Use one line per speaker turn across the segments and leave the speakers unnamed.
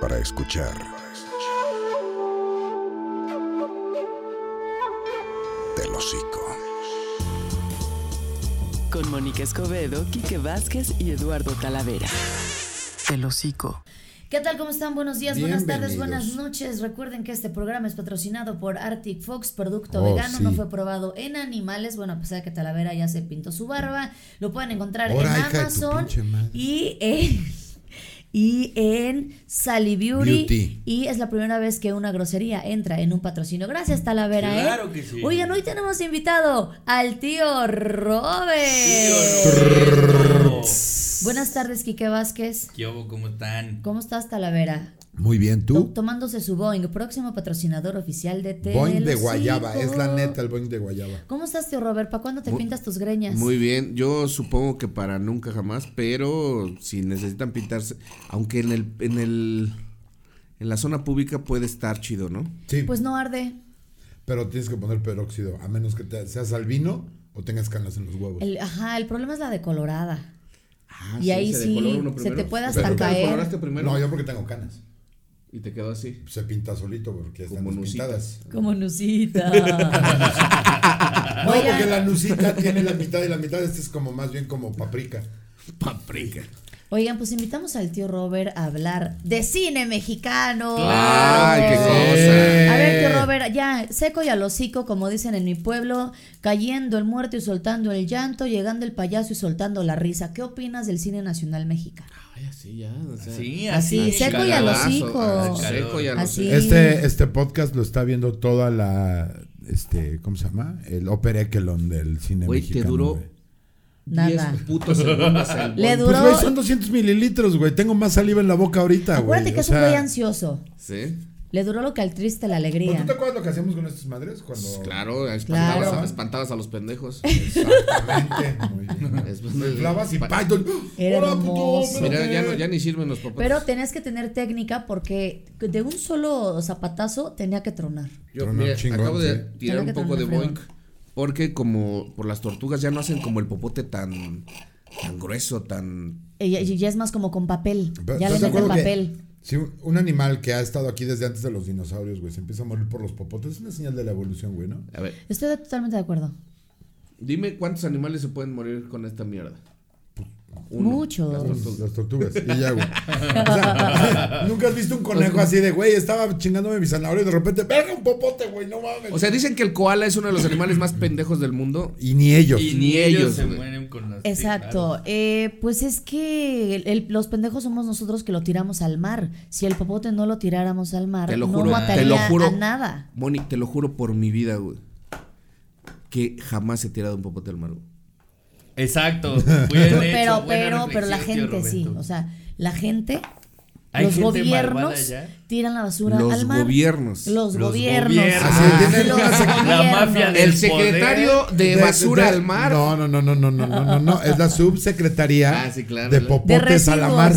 para escuchar. Del hocico.
Con Mónica Escobedo, Quique Vázquez y Eduardo Talavera. Del hocico.
¿Qué tal? ¿Cómo están? Buenos días, buenas tardes, buenas noches. Recuerden que este programa es patrocinado por Arctic Fox, producto
Oh,
vegano, no
sí.
fue probado en animales. Bueno, a pesar de que Talavera ya se pintó su barba, lo pueden encontrar
Ahora,
en
hija de tu
Amazon
pinche madre.
y en, y en Sally Beauty.
Beauty.
Y es la primera vez que una grosería entra en un patrocinio. Gracias, Talavera. ¿eh?
Claro que sí.
Oigan, hoy tenemos invitado al tío Eh, Robert.
Tío
Buenas tardes, Quique Vázquez.
¿Qué hubo? ¿Cómo están?
¿Cómo estás, Talavera?
Muy bien,
To-
tú.
Tomándose su Boeing, próximo patrocinador oficial de Telocico.
Boing de guayaba, es la neta el boing de guayaba.
¿Cómo estás, tío Robert? ¿Para cuándo te pintas tus greñas?
Muy bien, yo supongo que para nunca jamás, pero si necesitan pintarse, aunque en el en el en la zona pública puede estar chido, ¿no?
Sí,
Pues no arde.
pero tienes que poner peróxido, a menos que te- seas albino o tengas canas en los huevos.
El- ajá, el problema es la decolorada.
Ah,
Y ahí sí, se te puede hasta
¿tú
caer.
decoloraste primero?
No, yo porque tengo canas.
Y te quedó así.
Se pinta solito porque están
Como
pintadas.
Como Nusita.
No, porque la nucita tiene la mitad y la mitad. Este es como más bien como paprika.
Paprika.
Oigan, pues invitamos al tío Robert a hablar de cine mexicano.
Ay, qué cosa.
A ver, tío Robert, ya seco y al hocico, como dicen en mi pueblo, cayendo el muerto y soltando el llanto, llegando el payaso y soltando la risa. ¿Qué opinas del cine nacional mexicano?
Ay, así ya, o sea,
Sí,
Así,
así.
seco y al
Cagadazo,
hocico.
Seco y al
Así.
hocico.
Este, este podcast lo está viendo toda la. Este, ¿Cómo se llama? El Opera Ekelon del cine
Güey, te
mexicano.
duró
güey.
10
Nada.
putos segundos el
Le
boing.
duró.
Pues, güey, son 200 mililitros, güey. Tengo más saliva en la boca ahorita, güey.
Acuérdate que
O
es un
sea,
güey ansioso.
Sí.
Le duró lo que al triste la
¿Pero
alegría.
Pues, ¿Tú te acuerdas lo que hacíamos con estas madres? Cuando...
Claro, espantabas,
Claro.
A, espantabas a los pendejos.
Exactamente. Muy bien.
Es- pues,
Me inflabas y
Pa-
Python.
Era
¡Hola, puto!
hermoso.
Mira,
espérate!
ya, no- ya ni sirven los papás.
Pero tenías que tener técnica porque de un solo zapatazo tenía que tronar.
Yo
Tronar
mira,
chingón,
acabo de
sí.
tirar
Claro que
un poco de
tronar fregón.
boink porque como por las tortugas ya no hacen como el popote tan tan grueso, tan
Y y- y ya es más como con papel.
Pero,
Ya le
¿estás de
meten
acuerdo que
papel.
Si un, un animal que ha estado aquí desde antes de los dinosaurios, güey, se empieza a morir por los popotes, es una señal de la evolución, güey, ¿no?
A ver,
Estoy totalmente de acuerdo.
dime cuántos animales se pueden morir con esta mierda. Uno.
Muchos.
Las tortugas. Y ya, güey. O sea, nunca has visto un conejo así de, güey, estaba chingándome mi zanahoria y de repente, verga, un popote, güey, no mames.
O sea, dicen que el koala es uno de los animales más pendejos del mundo.
y ni ellos.
Y ni ellos,
se
güey.
mueren con las. sí,
Exacto. Eh, pues es que el- el- los pendejos somos nosotros que lo tiramos al mar. Si el popote no lo tiráramos al mar,
Te lo
no
juro,
mataría
te lo juro.
a nada.
Moni, te lo juro por mi vida, güey. Que jamás he tirado un popote al mar. güey.
claro. Exacto. Muy bien hecho,
Pero,
buena
pero, pero la
reflexión, tío
gente sí.
Roberto.
O sea, la gente,
Hay
los
gente malvada
gobiernos
ya.
tiran la basura
Los
al mar.
gobiernos.
Los,
Los
gobiernos.
gobiernos.
Ah,
Los
tienen una sec-
La mafia de-
El
Del
secretario de
De-
basura
de-
al mar.
No, no, no, no, no, no, no, no, no. Es la subsecretaría
Ah, sí, claro,
de
la-
de
popotes
residuos.
a la mar.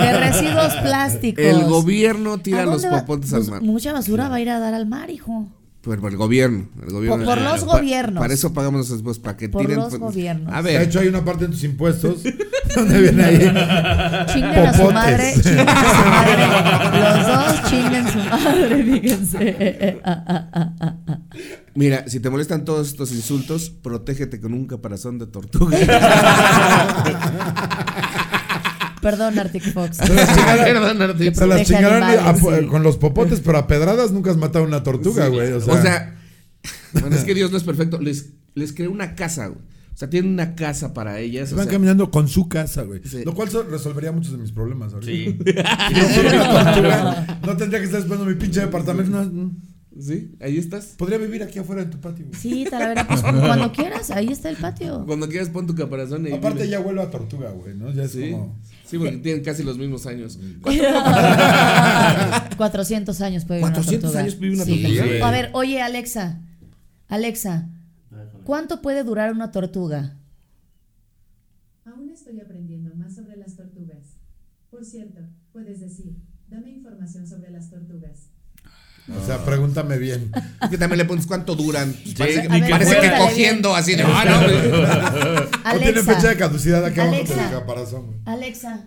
de residuos plásticos.
El gobierno
¿A
tira los
dónde va?
popotes al
Pues
mar.
Mucha basura va a ir a dar al mar, hijo.
Por, por el gobierno. el gobierno.
Por- por los
Pa-
gobiernos.
Para eso pagamos los impuestos, para que
Por
tiren. pues,
los gobiernos.
A
De
ver,
hecho, hay una parte en tus impuestos donde viene ahí.
Chinguen a su
Popotes.
madre, chinguen a su madre. Los dos chinguen su madre, fíjense. Ah,
mira, si te molestan todos estos insultos, protégete con un caparazón de tortuga.
Perdón, Arctic Fox.
Se las
Perdón,
chingaron,
Artix.
se las
Protege
chingaron
animales,
a po-
sí.
con los popotes, pero a pedradas nunca has matado una tortuga, güey. o, sea,
O sea, bueno, es que Dios no es perfecto. Les, les creó una casa, güey. O sea, tienen una casa para ellas.
se
o
van
sea,
caminando con su casa, güey.
Sí.
Lo cual so- resolvería muchos de mis problemas ahorita.
Sí.
Si no fuera una tortuga, no tendría que estar esperando mi pinche departamento. no, no.
sí, ahí estás.
podría vivir aquí afuera en tu patio. güey.
Sí, Talavera, pues cuando quieras, ahí está el patio.
Cuando quieras pon tu caparazón y
Aparte
vive.
ya vuelo a tortuga, güey, ¿no? Ya es
Sí.
como...
Sí, porque tienen casi los mismos años.
400 años puede vivir
400
una tortuga.
años vive una
Sí.
tortuga.
A ver, oye, Alexa. Alexa, ¿cuánto puede durar una tortuga?
Aún estoy aprendiendo más sobre las tortugas. Por cierto, puedes decir, dame información sobre las tortugas.
O sea, pregúntame bien.
Que también le pones cuánto duran. parece que,
ni que
parece que
fuera.
cogiendo así de. "Ah, no, güey".
No tiene fecha de
Alexa,
caducidad acá abajo del
Alexa.
caparazón, güey.
Alexa,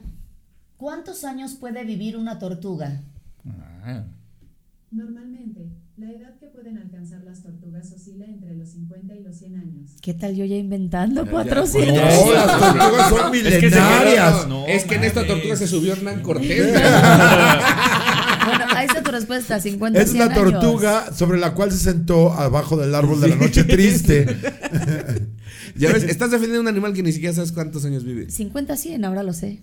¿Cuántos años puede vivir una tortuga?
Ah,
Normalmente, la edad que pueden alcanzar las tortugas oscila entre los 50 y los 100 años.
¿Qué tal yo ya inventando
No,
400?
Ya,
las tortugas son
que se
milenarias.
quedaron- No,
es que en esta
mames.
tortuga se subió Hernán Cortés.
Bueno, ahí está tu respuesta, 50
Es
100
la
años.
tortuga sobre la cual se sentó abajo del árbol de la noche triste.
ya ves, estás defendiendo un animal que ni siquiera sabes cuántos años vive.
50 100, ahora lo sé.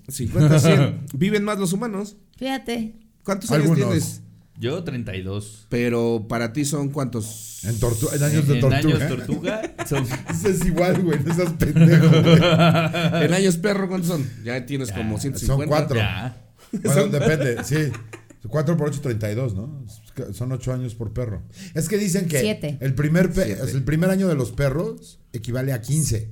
50, 100. Viven más los humanos.
Fíjate.
¿Cuántos
Algunos.
años tienes?
Yo 32.
Pero para ti son cuántos.
En, tortu- en años de
En años
tortuga. ¿eh?
tortuga son
Eso es igual, güey, no seas pendejo. güey.
En años perro, ¿cuántos son? Ya tienes como 150.
Son cuatro.
ya.
Bueno, depende, sí. 4 por 8, 32, ¿no? Son 8 años por perro. Es que dicen que
Siete.
El, primer pe-
Siete.
o sea, el primer año de los perros equivale a 15.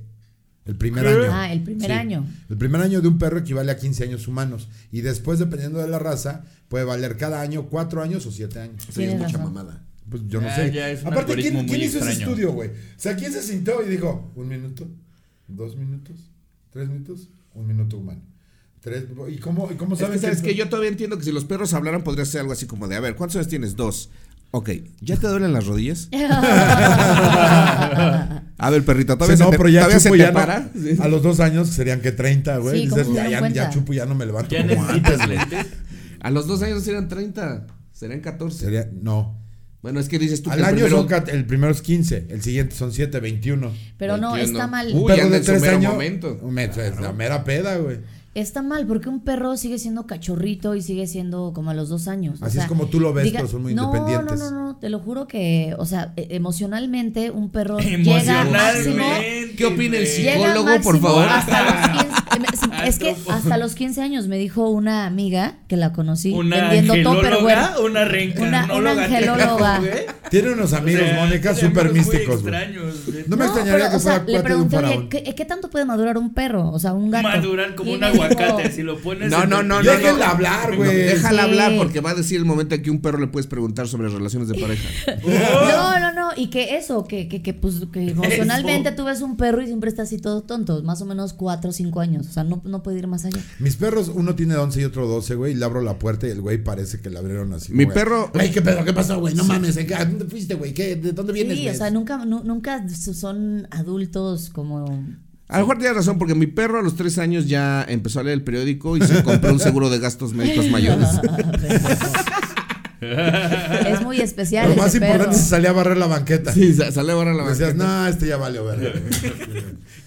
El primer año.
Ah, el primer
Sí.
año.
El primer año de un perro equivale a 15 años humanos. Y después, dependiendo de la raza, puede valer cada año 4 años o 7 años.
Sí,
Tienes
es mucha
razón.
mamada.
Pues yo no
Ya,
sé.
ya es un
Aparte,
algoritmo
¿quién,
muy
quién hizo ese
extraño.
estudio, güey? O sea, ¿quién se sentó y dijo, un minuto, dos minutos, tres minutos, un minuto humano? Tres, ¿Y cómo, y cómo
Es
saben
que, ¿Sabes
que-
que Yo todavía entiendo que si los perros hablaran podría ser algo así como de: A ver, ¿cuántos años tienes? Dos. Ok, ¿ya te duelen las rodillas? A ver, perrito,
Sí,
¿todavía
no,
se te,
pero ya
todavía se
chupo
te
ya no-
para?
A los dos años serían que 30, güey.
Sí,
Dices,
¿cómo se
ya,
dieron
ya,
cuenta?
ya chupo, ya no me levanto
Ya
como
necesitas
antes, güey.
lentes.
A los dos años serían 30, serían 14.
Sería, no.
Bueno, es que dices tú que
Al
el
año
primero-
son, cat- el primero es 15, el siguiente son 7, 21.
Pero no,
Entiendo.
está mal.
Uy,
Un perro
anda
de
en su
tres
mero
años.
momento.
un metro, es la mera peda, güey.
Está mal, porque un perro sigue siendo cachorrito y sigue siendo como a los dos años.
Así es como tú lo ves, pero son muy
no,
independientes.
No, no, no, te lo juro que, o sea, e- emocionalmente un perro llega al máximo.
Emocionalmente.
¿Qué opina el
güey.
psicólogo?
Llega al
por
máximo
favor.
Hasta los 15, em, es que
Antropo.
hasta los 15 años me dijo una amiga que la conocí
Una
vendiendo Tupperware.
angelóloga, una
Una,
reencarnóloga.
una angelóloga.
Tiene unos amigos, Mónica, súper místicos, güey. No me extrañaría
pero,
que
o sea,
fuera
le
cuate de un
pregunté,
faraón.
oye, ¿qué, qué tanto puede madurar un perro? O sea, un gato.
Madurar como
Y
un
me dijo,
aguacate, si lo pones.
No,
en
no,
el-
no, no.
Déjenla
no.
hablar, güey.
Déjala
Sí.
hablar porque va a decir el momento en que un perro le puedes preguntar sobre relaciones de pareja.
No, no, no, y que eso, que, que, que, pues, que emocionalmente tú ves un perro y siempre está así todo tonto, más o menos cuatro o cinco años, o sea, no, no puede ir más allá.
Mis perros, uno tiene 11 y otro 12, güey, y le abro la puerta y el güey parece que le abrieron así.
Mi
güey.
perro-
Güey, ¿qué pedo? ¿Qué pasó, güey? No mames, ¿en qué- ¿a dónde fuiste, güey? ¿Qué- ¿De dónde vienes?
Sí, o
güey?
sea, nunca, nu- nunca son adultos como...
A lo mejor tienes razón porque mi perro a los tres años ya empezó a leer el periódico y se compró un seguro de gastos médicos mayores.
es muy especial.
Lo más
ese
importante
perro.
es que salía a barrer la banqueta.
Sí, sa- sale ahora a la
Decías,
banqueta.
no, este ya vale, güey.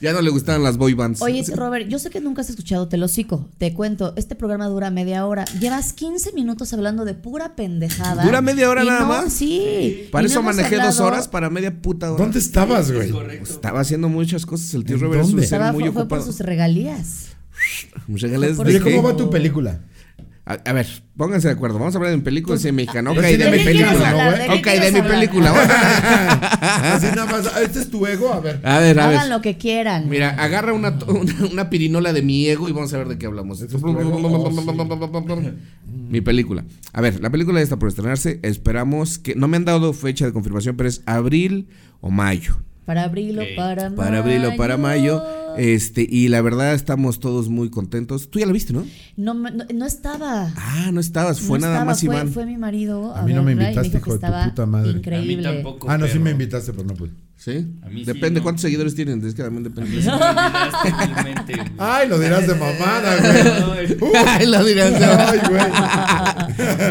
Ya no le gustaban las boy bands.
Oye,
Sí.
Robert, yo sé que nunca has escuchado Telocico. Te cuento, este programa dura media hora. Llevas 15 minutos hablando de pura pendejada.
¿Dura media hora
Y
nada
no-
más?
Sí.
Para
Y no
eso
hemos
manejé dos
hablado-
horas, para media puta hora. Pues,
¿Dónde estabas, güey?
Estaba haciendo muchas cosas. El tío
¿En
Robert es un
dónde?
ser
Estaba-
muy
fue, fue por
ocupado.
sus regalías.
Regalés
fue por
de
Oye,
sus-
qué?
¿cómo va tu película?
A, a ver, pónganse de acuerdo. Vamos a hablar de mi película
Pues,
de mexicano. Ok,
sí,
de
¿de
mi
qué quieres
película.
hablar? ¿De
qué
Ok, de
quieres
mi
hablar?
película. vamos a-
Así nada más. ah, Este es tu ego, a
Ah,
ver.
A ver, a
Hagan
ver.
lo que quieran.
Mira, agarra una, una, una pirinola de mi ego y vamos a ver de qué hablamos.
Eso es tu ego. Oh,
Mi película. A ver, la película ya está por estrenarse. Esperamos que. No me han dado fecha de confirmación, pero es abril o mayo.
Para abril o para mayo.
Para abril o para mayo.
eh,
Este, y la verdad estamos todos muy contentos. Tú ya la viste, ¿no?
No, me- no, no estaba.
Ah, no estabas. Fue
No
nada
estaba,
más
fue,
Iván.
Fue mi marido.
A mí no
ver,
me
¿verdad? Y
invitaste,
dijo que
hijo de tu
estaba
puta madre.
A mí
Increíble.
tampoco.
Ah, no, sí
pero-
me invitaste, pero no pude.
¿Sí?
A mí sí,
Depende
¿no?
cuántos seguidores tienen. Es que también depende. de
Sí,
eso.
me olvidaste totalmente, güey.
Ay, lo dirás de mamada,
No,
güey.
es-
Ay, lo dirás.
Ay, güey.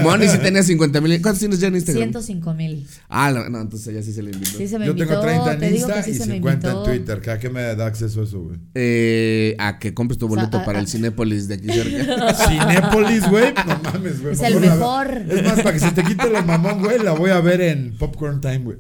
Moni, si tenías 50 mil. ¿Cuántos tienes ya en Instagram?
105 mil.
Ah, la- no, entonces ya sí se le invitó.
Sí se me
Yo
invitó.
tengo 30 en
te digo
Insta
que sí
y
se me
50 en
invitó.
Twitter. ¿A qué me da acceso eso, güey?
Eh, a que compres tu
sea,
boleto
a-
para
a-
el Cinépolis de aquí cerca.
Cinépolis, güey. No mames, güey.
Es
por
el
favor, la-
mejor.
Es más, para que se te quite lo mamón, güey, la voy a ver en Popcorn Time, güey.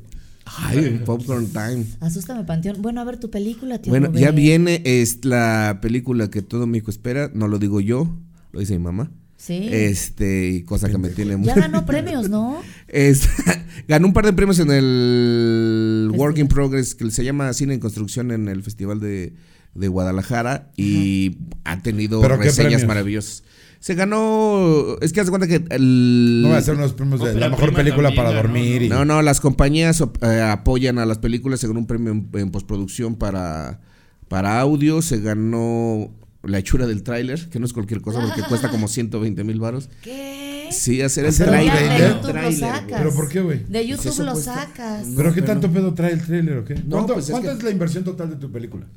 Ay, en Popcorn Time.
Asústame, Panteón. Bueno, a ver tu película, tío.
Bueno,
Rubén.
ya viene es la película que todo México espera. No lo digo yo, lo dice mi mamá.
Sí.
Este, y cosa que me tiene muy.
Ya ganó premios, ¿no?
Es- ganó un par de premios en el
Este
Work in Progress, que se llama Cine en Construcción en el Festival de, de Guadalajara, y ha tenido
¿Pero qué
reseñas
premios?
maravillosas. Se ganó. Es que haz de cuenta que el.
No voy a hacer unos primos de
Ópera
la mejor
prima
película
también
para
ganó,
dormir.
¿no?
y-
No, no, las compañías op- eh, apoyan a las películas, se ganó un premio en, en postproducción para, para audio, se ganó la hechura del tráiler, que no es cualquier cosa porque cuesta como 1veinte mil varos.
¿Qué?
Sí, hacer el
¿Hacer un
Ya
tráiler?
de
tráiler.
YouTube lo
tráiler, güey.
sacas.
¿Pero por qué, güey?
De
Pues
YouTube
eso
lo
cuesta.
sacas.
¿Pero qué
pero-
tanto pedo trae el trailer o qué?
No,
¿Cuánto,
pues es
cuánto
que-
es la inversión total de tu película?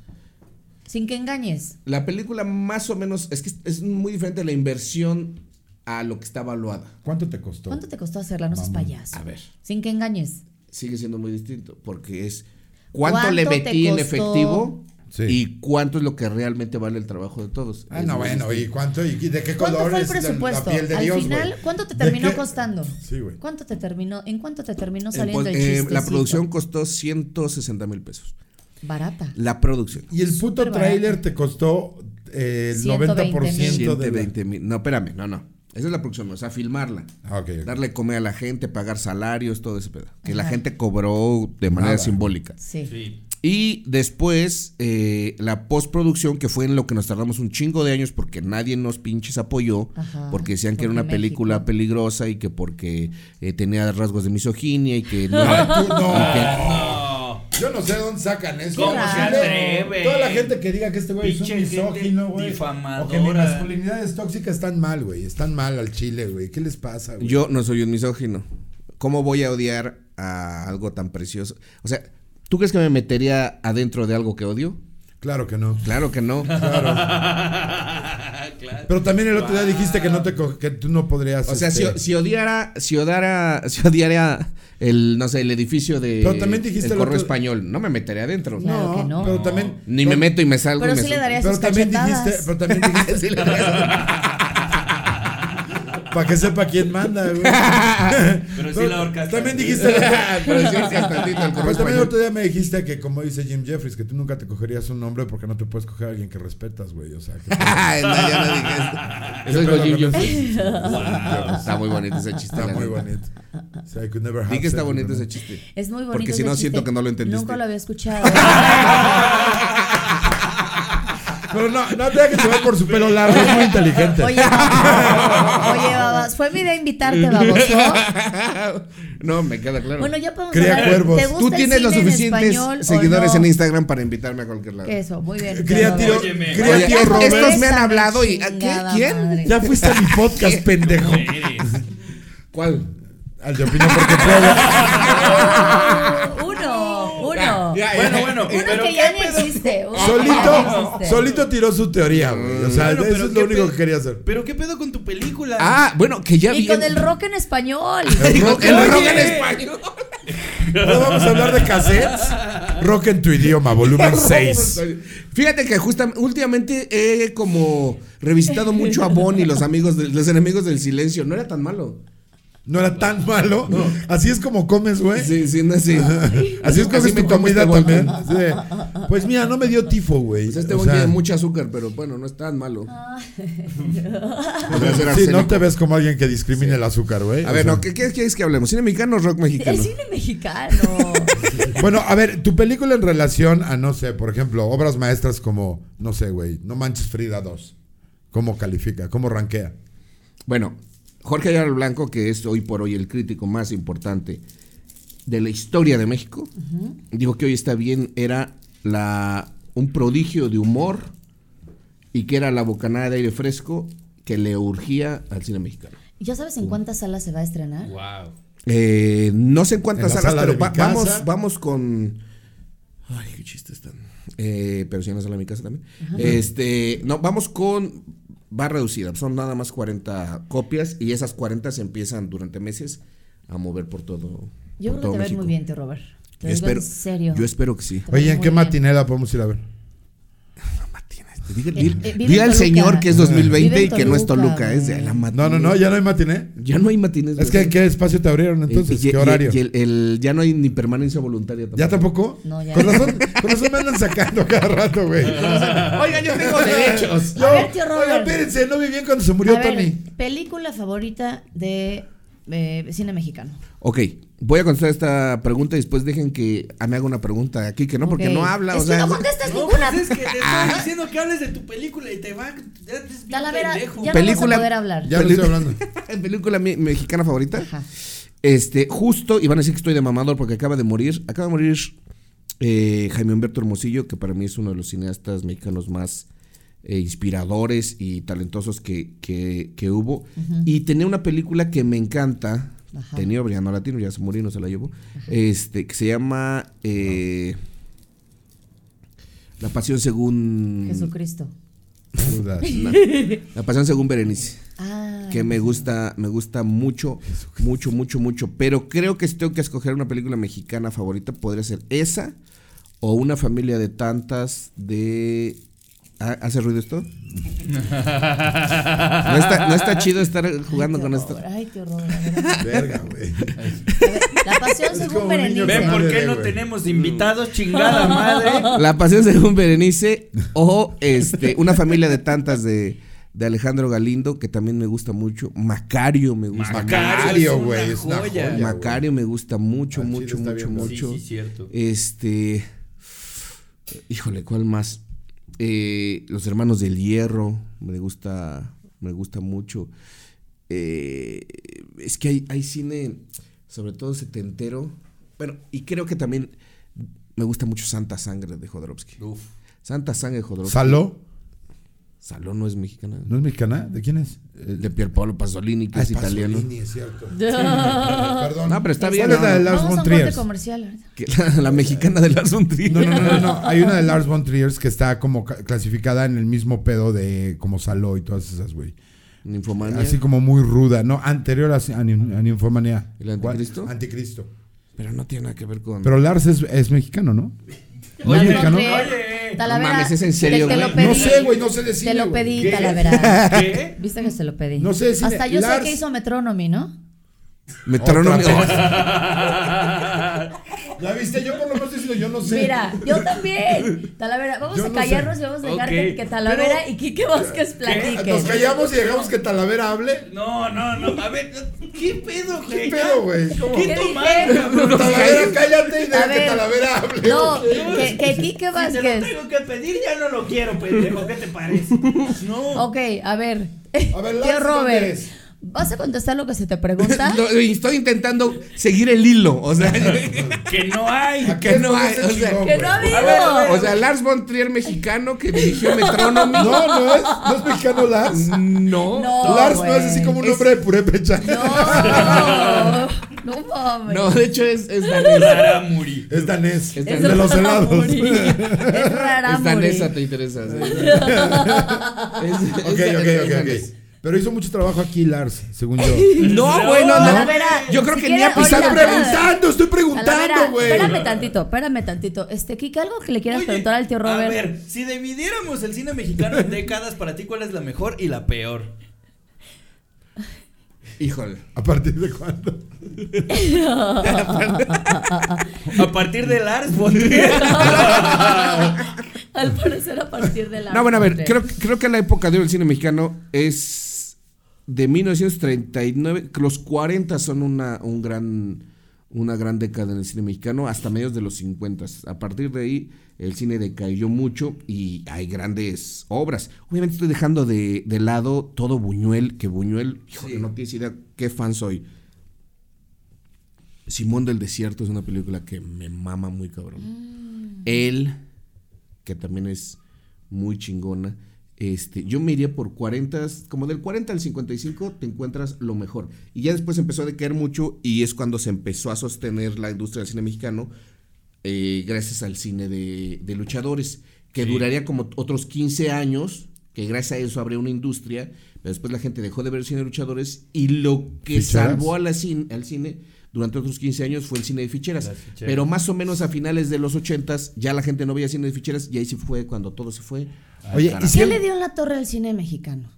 Sin que engañes.
La película más o menos, es que es muy diferente la inversión a lo que está evaluada.
¿Cuánto te costó?
¿Cuánto te costó hacerla? No seas
Vamos.
payaso.
A ver,
Sin que engañes.
sigue siendo muy distinto porque es cuánto, le
¿Cuánto te
metí en
costó?
efectivo
Sí.
y cuánto es lo que realmente vale el trabajo de todos.
Ah,
Es
no,
muy
bueno, ¿y
distinto.
cuánto? ¿Y de qué
Pues ¿Cuánto
color
fue el
es la-
presupuesto?
la piel de
Al
Dios,
final,
güey?
¿cuánto te
¿De
terminó
qué?
costando?
Sí, güey.
¿Cuánto te terminó? ¿En cuánto te terminó
Eh,
saliendo
pues,
el
eh,
chistecito?
la producción costó 160 mil pesos.
barata.
La producción.
Y el puto
Súper
tráiler te costó eh, el
120
90% de... la-
120 mil. No, espérame, no, no. Esa es la producción, o sea, filmarla.
Ah, ok, ok.
Darle comer a la gente, pagar salarios, todo ese pedo. Que la gente cobró de manera
Nada.
simbólica.
Sí.
Sí.
Y después eh, la postproducción, que fue en lo que nos tardamos un chingo de años porque nadie nos pinches apoyó,
Ajá,
porque decían que era
porque
una película
México.
peligrosa y que porque eh, tenía rasgos de misoginia y que no...
Tú no.
No.
Yo no sé dónde sacan eso.
¿Cómo
se
Posible.
atreven?
Toda la gente que diga que este güey es un
Pinche gente
misógino, güey. O que mi
difamadora.
masculinidad es tóxica, están mal, güey. Están mal al chile, güey. ¿Qué les pasa, güey?
Yo no soy un misógino. ¿Cómo voy a odiar a algo tan precioso? O sea, ¿tú crees que me metería adentro de algo que odio?
Claro que no.
Claro que no.
claro.
Pero también el otro día dijiste que no te co- que tú no podrías.
O sea, si,
este,
si odiara, si odiara, si odiara el, no sé, el edificio de
Pero también dijiste
el
lo
correo
que-
español, no me metería adentro.
Claro que no.
Pero también.
Ni me meto y me salgo.
Pero
y me
sí le
salgo.
daría
Pero
sus
también
cachetadas.
dijiste, pero también dijiste,
Sí le daría-
para que sepa quién manda, güey.
Pero sí la ahorcaste.
También dijiste,
Pero sí, sí, hasta tantito el correo
pero Pues también el otro
español.
día me dijiste que como dice Jim Jeffries, que tú nunca te cogerías un hombre porque no te puedes coger a alguien que respetas, güey. O sea, que
Ay, no, ya no dije eso. Eso
Qué
es
pedo
con Jim
con
Jeffries.
Wow.
Está muy bonito ese chiste.
está
la
muy
neta.
bonito. O sea, I could never
Di
have
que está
sex with
bonito
a man.
ese chiste.
Es muy bonito.
Porque
ese
si no, siento
chiste.
que no lo entendiste.
Nunca lo había escuchado.
Pero no, no tenga que te va por su pelo largo, es muy inteligente.
Oye, babas, oye, babas, fue mi idea invitarte, baboso.
No, me queda claro.
Bueno, ya podemos
Cría
hablar.
cuervos.
¿Te gusta
Tú
el
tienes
cine
los
en
suficientes
español o
seguidores
no?
en Instagram para invitarme a cualquier lado.
Eso, muy bien.
Cría
ya,
tío,
babas.
Óyeme.
cría
Oye,
tío
es-
Robert.
estos me han
Bésame,
hablado y- ¿a qué?
chingada
¿Quién?
madre.
Ya fuiste a mi podcast, pendejo.
¿Cuál?
Al de opino porque puedo.
Uno, uno.
Ya, ya,
Bueno,
ya.
bueno,
Uno
pero
que ya ni existe.
Ah,
uno que ya ni
Solito,
existe.
solito tiró su teoría, güey. O sea,
Bueno,
eso
pero
es lo
qué
único
pe-
que quería hacer.
Pero qué pedo con tu película.
Ah, bueno, que ya
Y
vi.
con el rock en español.
El rock, el rock en
Oye.
español.
No vamos a hablar de cassettes. Rock en tu idioma, volumen 6.
Fíjate que justa- últimamente he como revisitado mucho a Bon y los amigos del- los enemigos del silencio. No era tan malo.
No era tan malo. Así es como comes, güey.
Sí, sí, no sí.
Así es como
Así
es tu
me como
comida
este Bon.
también. Sí. Pues mira, no me dio tifo, güey.
Pues este
O
Bon
sea,
tiene mucho azúcar, pero bueno, no es tan malo. Podría ser
Sí,
arsénico.
no te ves como alguien que discrimine el azúcar, güey.
A
O
ver,
sea,
no, ¿qué qué quieres que hablemos? ¿Cine mexicano o rock mexicano?
Es cine mexicano.
Bueno, a ver, tu película en relación a, no sé, por ejemplo, obras maestras como, no sé, güey, No Manches Frida 2. ¿Cómo califica? ¿Cómo ranquea?
Bueno, Jorge Ayala Blanco, que es hoy por hoy el crítico más importante de la historia de México, dijo que hoy está bien, era la, un prodigio de humor y que era la bocanada de aire fresco que le urgía al cine mexicano.
¿Ya sabes en cuántas salas se va a estrenar?
Wow.
Eh, no sé en
En
cuántas
la
salas,
sala
pero
de mi
va- vamos,
casa.
vamos con. Ay, qué chiste están. Eh, pero si no sale a mi casa también. Este, no, vamos con. Va reducida, son nada más 40 copias y esas 40 se empiezan durante meses a mover por todo.
Yo creo
por todo
que te ves
México.
muy bien, tío Robert. Te digo
Yo espero,
en serio.
Yo espero que sí.
Te ves
Oye, ¿en
muy
qué
bien.
matinera la podemos ir a ver?
Dile,
Eh, eh, vive en
al
Toluca.
señor que es 2020
Vive
y
en
que no es
Toluca,
Toluca, es de
güey.
la matiné.
No, no, no, ya no hay matiné.
Ya no hay matines.
Es que ¿en qué espacio te abrieron entonces?
Eh, Y- y-
¿Qué horario?
y el- el- ya no hay ni permanencia voluntaria tampoco.
¿Ya tampoco?
No, ya
Con
no.
razón, con razón me andan sacando cada rato, güey.
Oiga, yo tengo derechos.
Yo-
A ver, tío
Oiga,
Robert.
espérense, no viví bien cuando se murió
A ver,
Tony.
película favorita de eh, cine mexicano.
Ok, voy a contestar esta pregunta y después dejen que ah, me haga una pregunta aquí, que no, porque
Ok.
no habla.
Es
o
que
sea,
no contestas
No,
ninguna.
pues es que te estoy diciendo que hables de tu película y te va. ya eres bien
Talavera,
pendejo.
ya no vas
Película-
a poder hablar.
Ya no
Felipe.
estoy hablando.
película mi- mexicana favorita.
Ajá.
Este, justo, y van a decir que estoy de mamador porque acaba de morir. Acaba de morir eh, Jaime Humberto Hermosillo, que para mí es uno de los cineastas mexicanos más eh, inspiradores y talentosos que, que- que hubo. Y tenía una película que me encanta.
Ajá.
Tenía, ya no la tiene, ya se murió, no se la llevó. Este, que se llama eh, La Pasión según.
Jesucristo.
Dudas.
La, La Pasión según Berenice.
Ah,
Que me gusta, me gusta mucho, mucho, mucho, mucho. Pero creo que si tengo que escoger una película mexicana favorita, podría ser esa o Una familia de tantas de... ¿Ah, ¿Hace ruido esto? No está, no está chido estar jugando
qué
con
horror,
esto.
Ay, qué horror. la verdad.
Verga, güey.
A ver, La pasión
Es
según
como un niño
Berenice.
que-
¿Ven por
Madre,
qué no
güey.
tenemos invitados? Chingada madre.
La pasión según Berenice o este Una familia de tantas de, de Alejandro Galindo, que también me gusta mucho. Macario me gusta
Macario,
es
güey.
una
Es una
joya.
joya.
mucho. Macario me gusta mucho,
Al chile
mucho,
está
mucho,
bien, ¿no?
mucho.
Sí, sí, cierto.
Eh,
Este. Híjole, ¿cuál más? Eh, los hermanos del hierro. Me gusta. Me gusta mucho. Eh, es que hay, hay cine. Sobre todo setentero. Bueno, y creo que también. Me gusta mucho Santa Sangre de Jodorowsky.
Uf.
Santa Sangre de Jodorowsky.
¿Saló?
Salón no es mexicana.
¿No es mexicana? ¿De quién es?
El de Pierpaolo Pasolini, que
Ah,
es italiano.
Pasolini, es cierto. Perdón.
No, pero está
¿Cuál
bien,
es
no,
la de
no.
Lars
Vamos a
von
un corte
Trier?
comercial. ahorita.
Que la, la mexicana de Lars von Trier.
No, no, no, no, no. Hay una de Lars von Trier que está como ca- clasificada en el mismo pedo de como Saló y todas esas, güey.
Ninfomania.
Así como muy ruda, ¿no? Anterior a, a, Nin- a Ninfomanía.
¿El Anticristo?
¿Cuál? Anticristo.
Pero no tiene nada que ver con.
Pero Lars es, es mexicano, ¿no? ¿No es
Oye,
mexicano?
Oye. Talavera,
No mames, ¿es en serio,
te, te
güey?
lo pedí.
No sé, güey, no sé decir.
Te lo pedí,
¿Qué?
Talavera.
¿Qué?
Viste que se lo pedí.
No sé decir.
Hasta yo
Lars-
sé que hizo Metronomy, ¿no?
Metronomio.
Otra vez. ¿Ya viste? Yo por lo menos diciendo, yo no sé.
Mira, yo también. Talavera, vamos
Yo
a
no
callarnos
sé.
y vamos a dejar
Ok,
que, que Talavera
pero-
y Quique Vázquez
Nos
platiquen.
callamos y dejamos que Talavera hable.
No, no, no. A ver, ¿qué pedo,
¿Qué
güey?
pedo, güey? ¿Cómo?
¿Qué
dije?
tomaron, cabrón?
Talavera, cállate y
A
deja que
ver.
Talavera hable.
No, que, que Quique
Si te lo
Vázquez.
tengo que pedir, ya no lo quiero, pendejo. ¿Qué te parece? No.
Ok, a ver.
A ver,
Tío
Lars, ¿dónde
Robert,
eres?
¿vas a contestar lo que se te pregunta?
No, y Estoy intentando seguir el hilo. O sea,
Que no hay.
Aquí
que no
esto
hay,
se
o sea,
chingó,
¡Que
güey.
no ha habido!
o sea, Lars von Trier mexicano que dirigió Metronomy.
No, no es, no es mexicano Lars.
No.
No,
Lars no es
güey.
así como un
Es-
hombre de purépecha.
No, no mames.
No, de hecho es, es danesa.
Raramuri.
Es danés.
Es
Es
danés.
de los
rara
helados.
morir. Es rara
Es danesa,
morir.
te interesa. sí.
Ok,
Es- es-
ok,
es
ok,
danés.
ok. Pero hizo mucho trabajo aquí Lars, según yo.
No, güey, no, no.
Talavera,
Yo creo
si
que ni
quieres,
ha pisado
ahorita-
preguntando, estoy
Talavera,
preguntando, güey.
espérame tantito, espérame tantito. Este, Kike, algo que le quieras
Oye,
preguntar al tío Robert.
A ver, si dividiéramos el cine mexicano en décadas, para ti, ¿cuál es la mejor y la peor?
Híjole.
¿A partir de cuándo?
A partir de Lars von Trier.
Al parecer a partir de la.
No, bueno, a ver, creo, creo que la época de oro del cine mexicano es de 1939. que Los 40 son una, un gran, una gran década en el cine mexicano, hasta mediados de los 50. A partir de ahí, el cine decayó mucho y hay grandes obras. Obviamente estoy dejando de, de lado todo Buñuel, que Buñuel, híjole, no tienes idea qué fan soy. Simón del Desierto es una película que me mama muy cabrón. Él, que también es muy chingona. Este, yo me iría por 40, como del 40 al 55 te encuentras lo mejor. Y ya después empezó a decaer mucho y es cuando se empezó a sostener la industria del cine mexicano eh, gracias al cine de, de luchadores, que duraría como otros 15 años, que gracias a eso abrió una industria, pero después la gente dejó de ver cine de luchadores y lo que
¿Ficheras?
salvó a la cin- al cine durante otros 15 años fue el cine de ficheras.
Las ficheras.
Pero más o menos a finales de los 80 ya la gente no veía cine de ficheras y ahí sí fue cuando todo se fue. al
Oye,
carajo.
¿y si
¿Qué
él-
le dio en la torre al cine mexicano?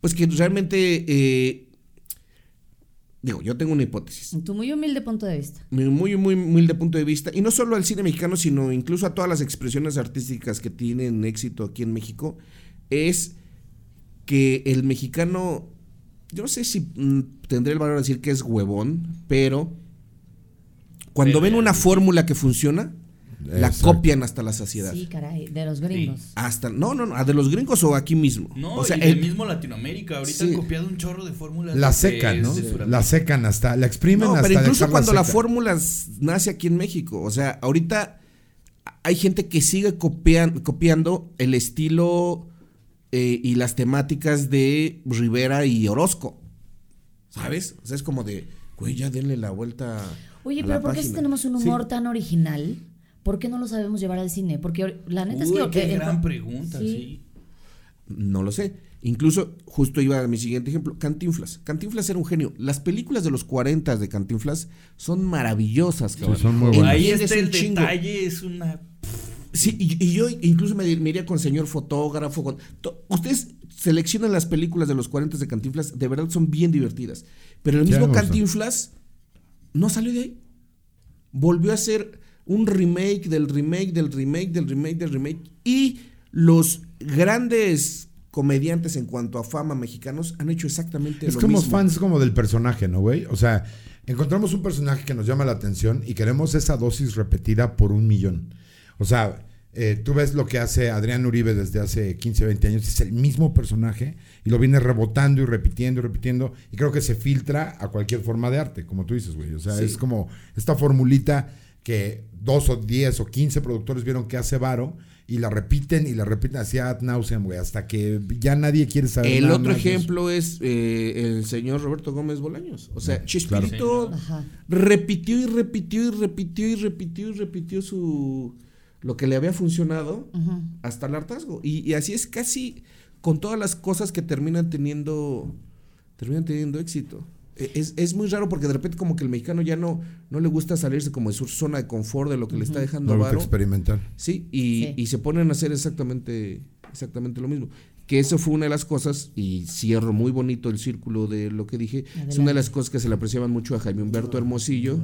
Pues que realmente, eh, digo, yo tengo una hipótesis.
En tu muy humilde punto de vista.
Mi muy, muy humilde punto de vista, y no solo al cine mexicano, sino incluso a todas las expresiones artísticas que tienen éxito aquí en México, es que el mexicano, yo no sé si mm, tendré el valor de decir que es huevón, pero cuando ven una fórmula que funciona, la
Exacto.
copian hasta la saciedad.
Sí, caray, de los gringos.
Hasta, no, no, no, a de los gringos o aquí mismo.
No,
o sea,
y
el-
del mismo Latinoamérica. Ahorita
Sí.
han copiado un chorro de fórmulas.
La
de-
secan, ¿no?
de Sudamérica.
La secan hasta, la exprimen
No,
hasta
pero incluso
dejarla
cuando la
seca.
fórmula s- nace aquí en México, o sea, ahorita hay gente que sigue copian- copiando el estilo eh, y las temáticas de Rivera y Orozco. ¿Sabes? O sea, es como de, güey, ya denle la vuelta.
Oye,
a
pero
la
¿por qué si
página.
tenemos un humor tan original? ¿Por qué no lo sabemos llevar al cine? Porque or- la neta es que.
Uy, qué
eh,
gran
eh,
pregunta, sí.
No lo sé. Incluso, justo iba a mi siguiente ejemplo, Cantinflas. Cantinflas era un genio. Las películas de los 40 de Cantinflas son maravillosas, cabrón.
son muy buenas.
Ahí
Entiendes
está el
un chingo.
detalle, es una...
Sí, y, y yo incluso me, dir- me iría con señor fotógrafo. con to- ustedes seleccionan las películas de los 40 de Cantinflas, de verdad son bien divertidas. Pero el
Sí, me
mismo
gustan.
Cantinflas no salió de ahí. Volvió a hacer un remake del remake del remake del remake del remake. Y los grandes comediantes en cuanto a fama mexicanos han hecho exactamente
Es
lo
como
mismo.
fans como del personaje, ¿no, güey? O sea, encontramos un personaje que nos llama la atención y queremos esa dosis repetida por un millón. O sea, eh, tú ves lo que hace Adrián Uribe desde hace 15, 20 años, es el mismo personaje y lo viene rebotando y repitiendo y repitiendo y creo que se filtra a cualquier forma de arte, como tú dices, güey. O sea,
Sí.
es como esta formulita que dos o diez o quince productores vieron que hace varo y la repiten y la repiten así ad nauseam, güey, hasta que ya nadie quiere saber
El
nada
otro
más de eso.
ejemplo es eh, el señor Roberto Gómez Bolaños. O
Ah,
sea, Chespirito
Ajá.
repitió y repitió y repitió y repitió y repitió su lo que le había funcionado hasta el hartazgo. Y, y así es casi con todas las cosas que terminan teniendo terminan teniendo éxito. E- Es, es muy raro porque de repente como que el mexicano ya no, no le gusta salirse como de su zona de confort de lo que le está dejando
No lo
varo.
experimentar.
Sí, y,
Sí.
y se ponen a hacer exactamente, exactamente lo mismo. Que eso fue una de las cosas, y cierro muy bonito el círculo de lo que dije, es una de las cosas que se le apreciaban mucho a Jaime Humberto Hermosillo,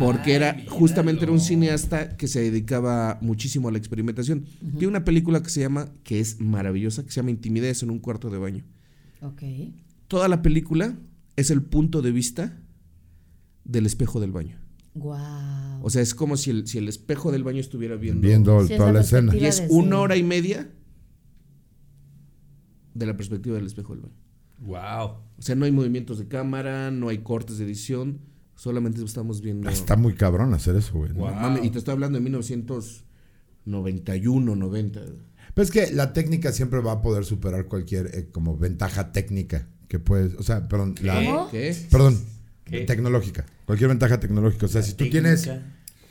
porque era justamente era un cineasta que se dedicaba muchísimo a la experimentación. Tiene una película que se llama, que es maravillosa, que se llama Intimidades en un cuarto de baño.
Ok.
Toda la película es el punto de vista del espejo del baño.
Wow.
O sea, es como si el, si el espejo del baño estuviera
Viendo
Sí, es
toda
la
la escena.
Y
perspectiva.
es
de
una
sí.
hora y media de la perspectiva del espejo del baño.
Wow.
O sea, no hay movimientos de cámara, no hay cortes de edición, solamente estamos viendo.
Ah, Está muy cabrón hacer eso, güey. ¿no?
No mames, y te estoy hablando de 1991, 90.
Pero es que la técnica siempre va a poder superar cualquier eh, como ventaja técnica que puedes, o sea, perdón, la-
¿Cómo?
¿Qué?
perdón,
¿Qué?
tecnológica, cualquier ventaja tecnológica, o sea, si tú tienes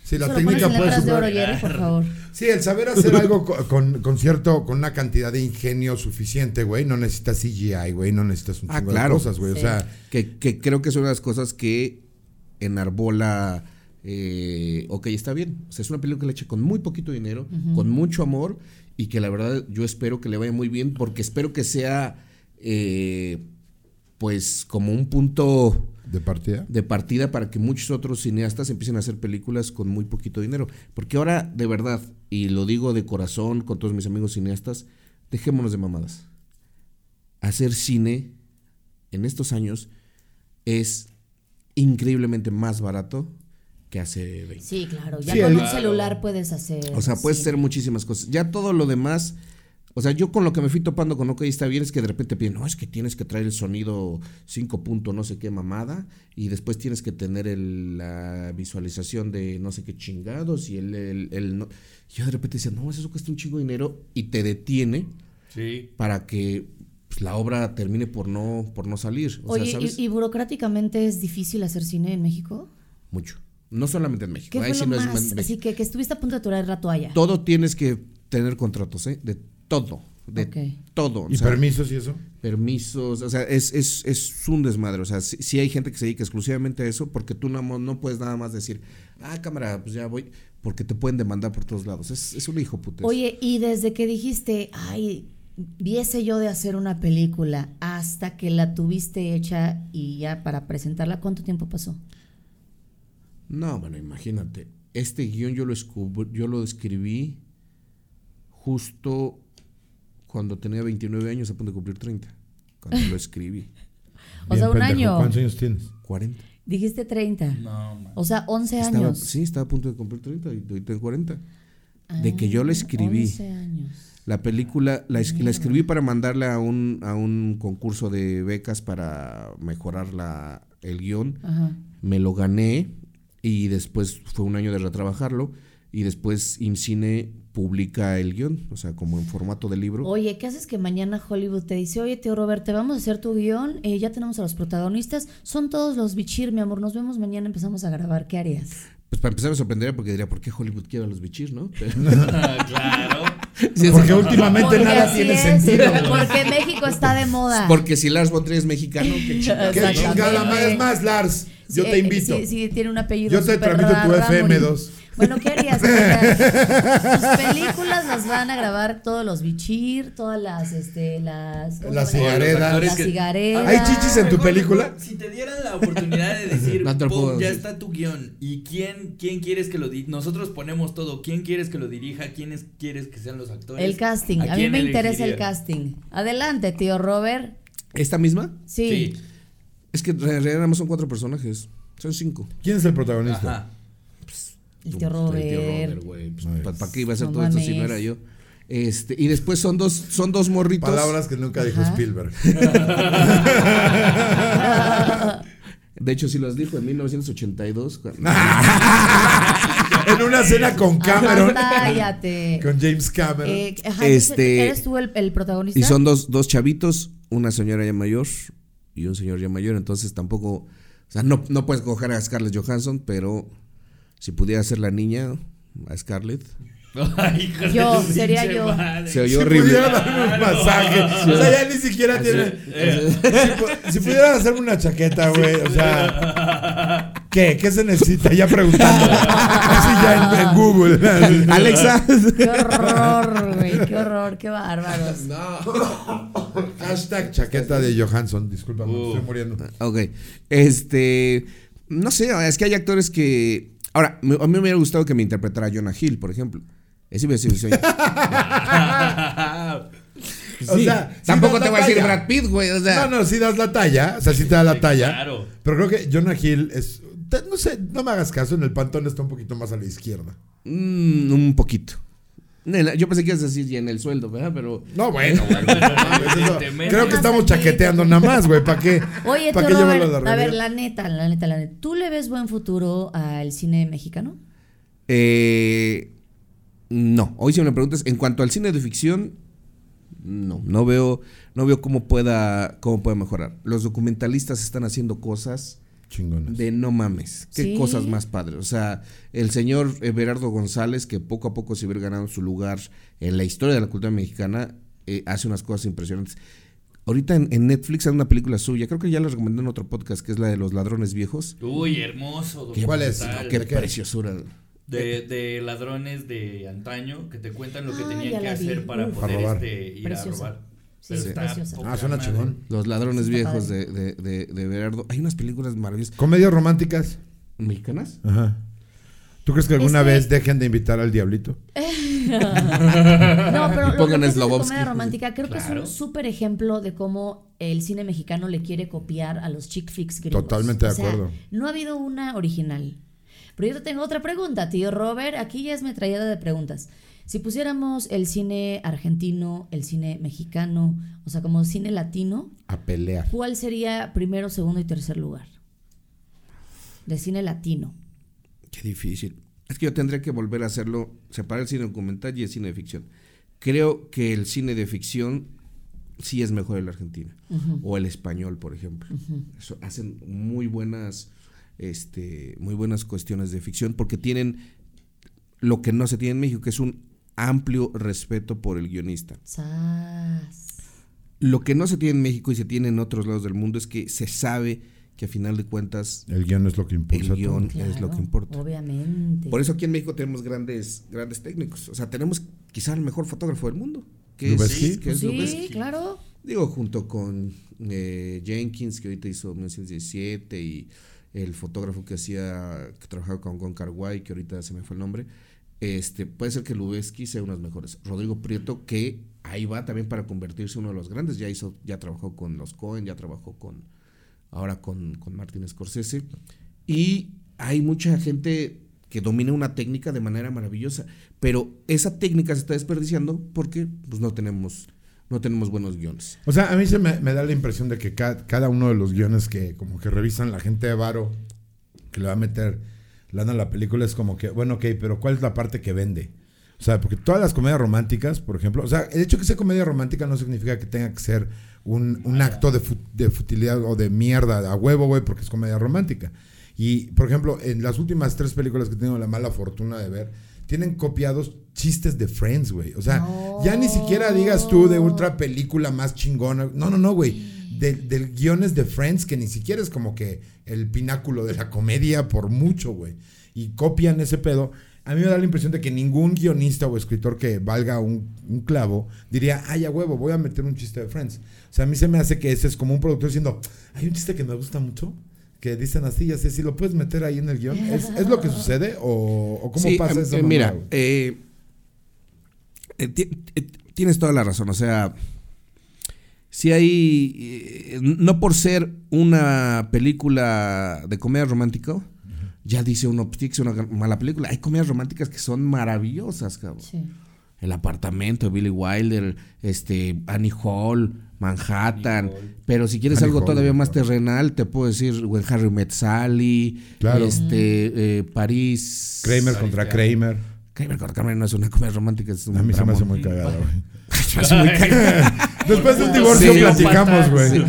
Sí, la
Eso lo pones
técnica
en
puede
letras de
superar.
oro, Jerry, por favor.
Sí, el saber hacer algo co- con, con cierto, con una cantidad de ingenio suficiente, güey, no necesitas CGI, güey, no necesitas un
Ah,
chingo
claro.
de cosas, güey, o sea,
Que, que creo que es una de las cosas que enarbola. eh, ok, está bien. O sea, es una película hecha con muy poquito dinero, con mucho amor y que la verdad yo espero que le vaya muy bien porque espero que sea, eh, pues, como un punto
de partida.
de partida para que muchos otros cineastas empiecen a hacer películas con muy poquito dinero. Porque ahora, de verdad, y lo digo de corazón con todos mis amigos cineastas, dejémonos de mamadas. Hacer cine en estos años es increíblemente más barato que hace 20.
Sí, claro. Ya
Sí,
con
el-
un celular puedes hacer.
O sea, puedes
sí.
hacer muchísimas cosas. Ya todo lo demás. O sea, yo con lo que me fui topando con OK está bien es que de repente piden, no, es que tienes que traer el sonido 5 punto no sé qué mamada y después tienes que tener el- la visualización de no sé qué chingados y el... el, el no. Yo de repente decía, no, eso cuesta un chingo de dinero y te detiene
Sí.
para que pues, la obra termine por no, por no salir. O
Oye,
sea, ¿sabes?
¿y, y burocráticamente es difícil hacer cine en México?
Mucho. No solamente en México.
¿Qué
ahí
fue
sí
lo
no
más?
es en
Así
México.
que, que estuviste a punto de tirar la toalla.
Todo tienes que tener contratos, ¿eh? De todo. De
Ok.
todo. o
¿Y
sea,
permisos y eso?
permisos, o sea, es, es, es un desmadre, o sea, sí, sí hay gente que se dedica exclusivamente a eso porque tú no, mo- no puedes nada más decir, ah, cámara, pues ya voy, porque te pueden demandar por todos lados, es, es un hijo puto.
Oye, y desde que dijiste, ay, viese yo de hacer una película hasta que la tuviste hecha y ya para presentarla, ¿cuánto tiempo pasó?
No, bueno, imagínate, este guión yo lo, escub- yo lo escribí justo cuando tenía 29 años, a punto de cumplir 30, cuando lo escribí,
O sea, un
pendejo,
año.
¿Cuántos años tienes?
40.
Dijiste 30.
No, man.
O sea, 11
Estaba-
años.
sí, estaba a punto de cumplir 30 y hoy tengo 40. de que yo lo
Ah,
escribí.
11 años.
La película la, es- la escribí para mandarla a un, a un concurso de becas para mejorar la, el guión.
Ajá.
Me lo gané y después fue un año de retrabajarlo. Y después IMCINE publica el guión, o sea, como en formato de libro.
Oye, ¿qué haces que mañana Hollywood te dice, oye, tío Robert, te vamos a hacer tu guión, eh, ya tenemos a los protagonistas, son todos los bichir, mi amor, nos vemos mañana, empezamos a grabar, ¿qué harías?
Pues para empezar me sorprendería porque diría, ¿por qué Hollywood quiere a los bichir, no?
Ah, claro.
Sí,
Porque
es-
últimamente
Porque
nada
así
tiene
es,
sentido.
Porque México está de moda.
Porque si Lars von Trier es mexicano, qué chingado.
Qué
Exactamente.
chingada madre. Es más, Lars, yo
Sí,
te
eh,
invito.
Sí, sí, tiene un apellido.
Yo te
súper
tramito tu
raro,
FM2.
Bueno, ¿qué harías? O sea, tus películas las van a grabar todos los bichir, todas las, este, las... ¿cómo
Las
se llama?
cigaredas.
Las cigaredas.
¿Hay chichis en tu
Mejor,
película?
Si te dieran la oportunidad de decir,
No te lo
"Pum,
puedo
ya
decir".
está tu guión. ¿Y quién, quién quieres que lo dirija? Nosotros ponemos todo. ¿Quién quieres que lo dirija? ¿Quiénes quieres que sean los actores?
El casting. A, mí
quién
me interesa el
elegirías?
casting. Adelante, tío Robert.
¿Esta misma?
Sí.
Sí.
Es que en realidad nada más son cuatro personajes. Son cinco.
¿Quién es el protagonista?
Ajá.
El tío
Pues, el tío Robert,
Robert.
güey. Pues,
Ay.
¿pa- ¿Para qué iba a hacer
No
todo esto si no
mames.
era yo? Este, y después son dos, son dos morritos.
Palabras que nunca dijo
Ajá.
Spielberg.
De hecho, sí las dijo en 1982. cuando-
en una cena con
Ajá,
Cameron.
cállate.
Con James Cameron.
Eh, ajá, entonces,
Este-
¿Eres tú el, el protagonista?
Y son dos, dos chavitos, una señora ya mayor y un señor ya mayor. Entonces tampoco, o sea, no, no puedes coger a Scarlett Johansson, pero si pudiera ser la niña, a Scarlett.
Ay, hijo de
Yo,
su
sería
pinche
yo.
madre.
Se oyó
si
horrible.
pudiera darme
Ah,
un masaje. O sea, ya ni siquiera tiene. Eh, Si, pu- si pudieran hacerme una chaqueta, güey. O sea. ¿Qué? ¿Qué se necesita? Ya preguntando. Así ya en, en Google.
Alexa.
Qué horror, güey. Qué horror, qué bárbaros.
Hashtag chaqueta de Johansson. Disculpa, me estoy muriendo.
ok. Este, no sé, es que hay actores que... Ahora, me- a mí me hubiera gustado que me interpretara Jonah Hill, por ejemplo. Ese hubiera sido mi sueño.
O sea, sí
tampoco
das
te
la
voy a decir
talla.
Brad Pitt, güey. O sea,
No, no, sí das la talla. O sea, sí te da la talla.
Claro.
Pero creo que Jonah Hill es. te- No sé, no me hagas caso. En el pantón está un poquito más a la izquierda.
mm, un poquito. Nela, Yo pensé que ibas a decir ya en el sueldo, ¿verdad? Pero...
No, bueno, güey. no mames, eso-
Evidentemente.
Creo que estamos chaqueteando nada más, güey. ¿Para qué?
Oye,
¿Para
tío
qué llevarlo
Robert, a ver, la
realidad?
neta, la neta, la neta. ¿Tú le ves buen futuro al cine mexicano?
Eh, no, hoy si me preguntas, en cuanto al cine de ficción, no, no veo, no veo cómo pueda, cómo pueda mejorar. Los documentalistas están haciendo cosas
Chingones.
de no mames, qué
Sí.
cosas más padres. O sea, el señor Everardo González, que poco a poco se hubiera ganado su lugar en la historia de la cultura mexicana, eh, hace unas cosas impresionantes. Ahorita en, en Netflix hay una película suya, creo que ya la recomendé en otro podcast, que es la de los ladrones viejos.
Uy, hermoso.
¿Cuál es?
documental.
No,
Qué
¿De qué?
preciosura.
De, de ladrones de antaño que te cuentan lo que
Ah, ya
tenían
la
que
vi.
hacer para
Uf.
poder
Para robar.
este, ir
Preciosa.
a robar.
Sí,
Pero
sí,
está
preciosa.
poca
Ah, suena
madre.
chingón.
Los ladrones
Está
viejos de,
padre.
de, de, de Berardo. Hay unas películas maravillosas.
Comedias románticas.
¿Mexicanas?
Ajá. ¿Tú crees que alguna
Es que-
vez dejen de invitar al diablito?
No, pero
Y
lo-
pongan
lo que es la
Slobodsky. pues,
comedia romántica creo que es
Claro.
un súper ejemplo de cómo el cine mexicano le quiere copiar a los chick flicks gringos.
Totalmente de
O sea,
acuerdo.
no ha habido una original. Pero yo te tengo otra pregunta, tío Robert. Aquí ya es metrallada de preguntas. Si pusiéramos el cine argentino, el cine mexicano, o sea, como cine latino,
A pelear.
¿cuál sería primero, segundo y tercer lugar? De cine latino.
Qué difícil. Es que yo tendría que volver a hacerlo, separar el cine documental y el cine de ficción. Creo que el cine de ficción sí es mejor el argentino. O el español, por ejemplo. Eso- hacen muy buenas, este, muy buenas cuestiones de ficción porque tienen lo que no se tiene en México, que es un amplio respeto por el guionista.
Sas.
Lo que no se tiene en México y se tiene en otros lados del mundo es que se sabe que a final de cuentas
El guión es lo que impulsa
el guión
todo.
es lo que
Claro,
importa.
Obviamente.
Por eso aquí en México tenemos grandes, grandes técnicos. O sea, tenemos quizá el mejor fotógrafo del mundo. Que
¿Lubeski?
es, que es
sí,
Lubeski.
claro.
Digo, junto con eh, Jenkins, que ahorita hizo 1917, y el fotógrafo que hacía, que trabajaba con Gon Carguay, que ahorita se me fue el nombre. Este, puede ser que Lubeski sea uno de los mejores. Rodrigo Prieto, que ahí va también para convertirse en uno de los grandes. Ya hizo, ya trabajó con los Cohen, ya trabajó con ahora con, con Martin Scorsese. Y hay mucha gente que domina una técnica de manera maravillosa. Pero esa técnica se está desperdiciando porque pues, no tenemos, no tenemos buenos guiones.
O sea, a mí se me, me da la impresión de que ca- cada, uno de los guiones que como que revisan la gente de Varo, que le va a meter lana a la película, es como que, bueno, ok, pero ¿cuál es la parte que vende? O sea, porque todas las comedias románticas, por ejemplo, o sea, el hecho de que sea comedia romántica no significa que tenga que ser un, un acto de, fu- de futilidad o de mierda a huevo, güey, porque es comedia romántica. Y, por ejemplo, en las últimas tres películas que he tenido la mala fortuna de ver, tienen copiados chistes de Friends, güey. O sea, ya ni siquiera digas tú de ultra película más chingona. No, no, no, güey. Del del guiones de Friends, que ni siquiera es como que el pináculo de la comedia por mucho, güey. Y copian ese pedo. A mí me da la impresión de que ningún guionista o escritor que valga un, un clavo diría, ay, a huevo, voy a meter un chiste de Friends. O sea, a mí se me hace que ese es como un productor diciendo, hay un chiste que me gusta mucho, que dicen así, ya sé, si lo puedes meter ahí en el guión. ¿Es, es lo que sucede o, o cómo
Sí,
pasa
eh,
eso?
eh,
mamá,
mira,
güey?
eh, eh, ti- eh, tienes toda la razón. O sea, si hay. eh, no por ser una película de comedia romántica, ya dice uno, pues, tiene que ser una gran- mala película. Hay comedias románticas que son maravillosas, cabrón.
Sí.
El apartamento de Billy Wilder, este, Annie Hall, Manhattan. Pero si quieres
Annie
algo
Hall,
todavía
Annie
más
Hall.
terrenal, te puedo decir When Harry Met Sally,
Claro.
este, eh, París.
Kramer contra Kramer.
Kramer contra Kramer no es una comedia romántica, es un
A mí se me hace
dramón.
muy cagada, güey.
Se me hace muy cagada.
Después de un divorcio
Sí,
platicamos,
pata,
güey.
sí.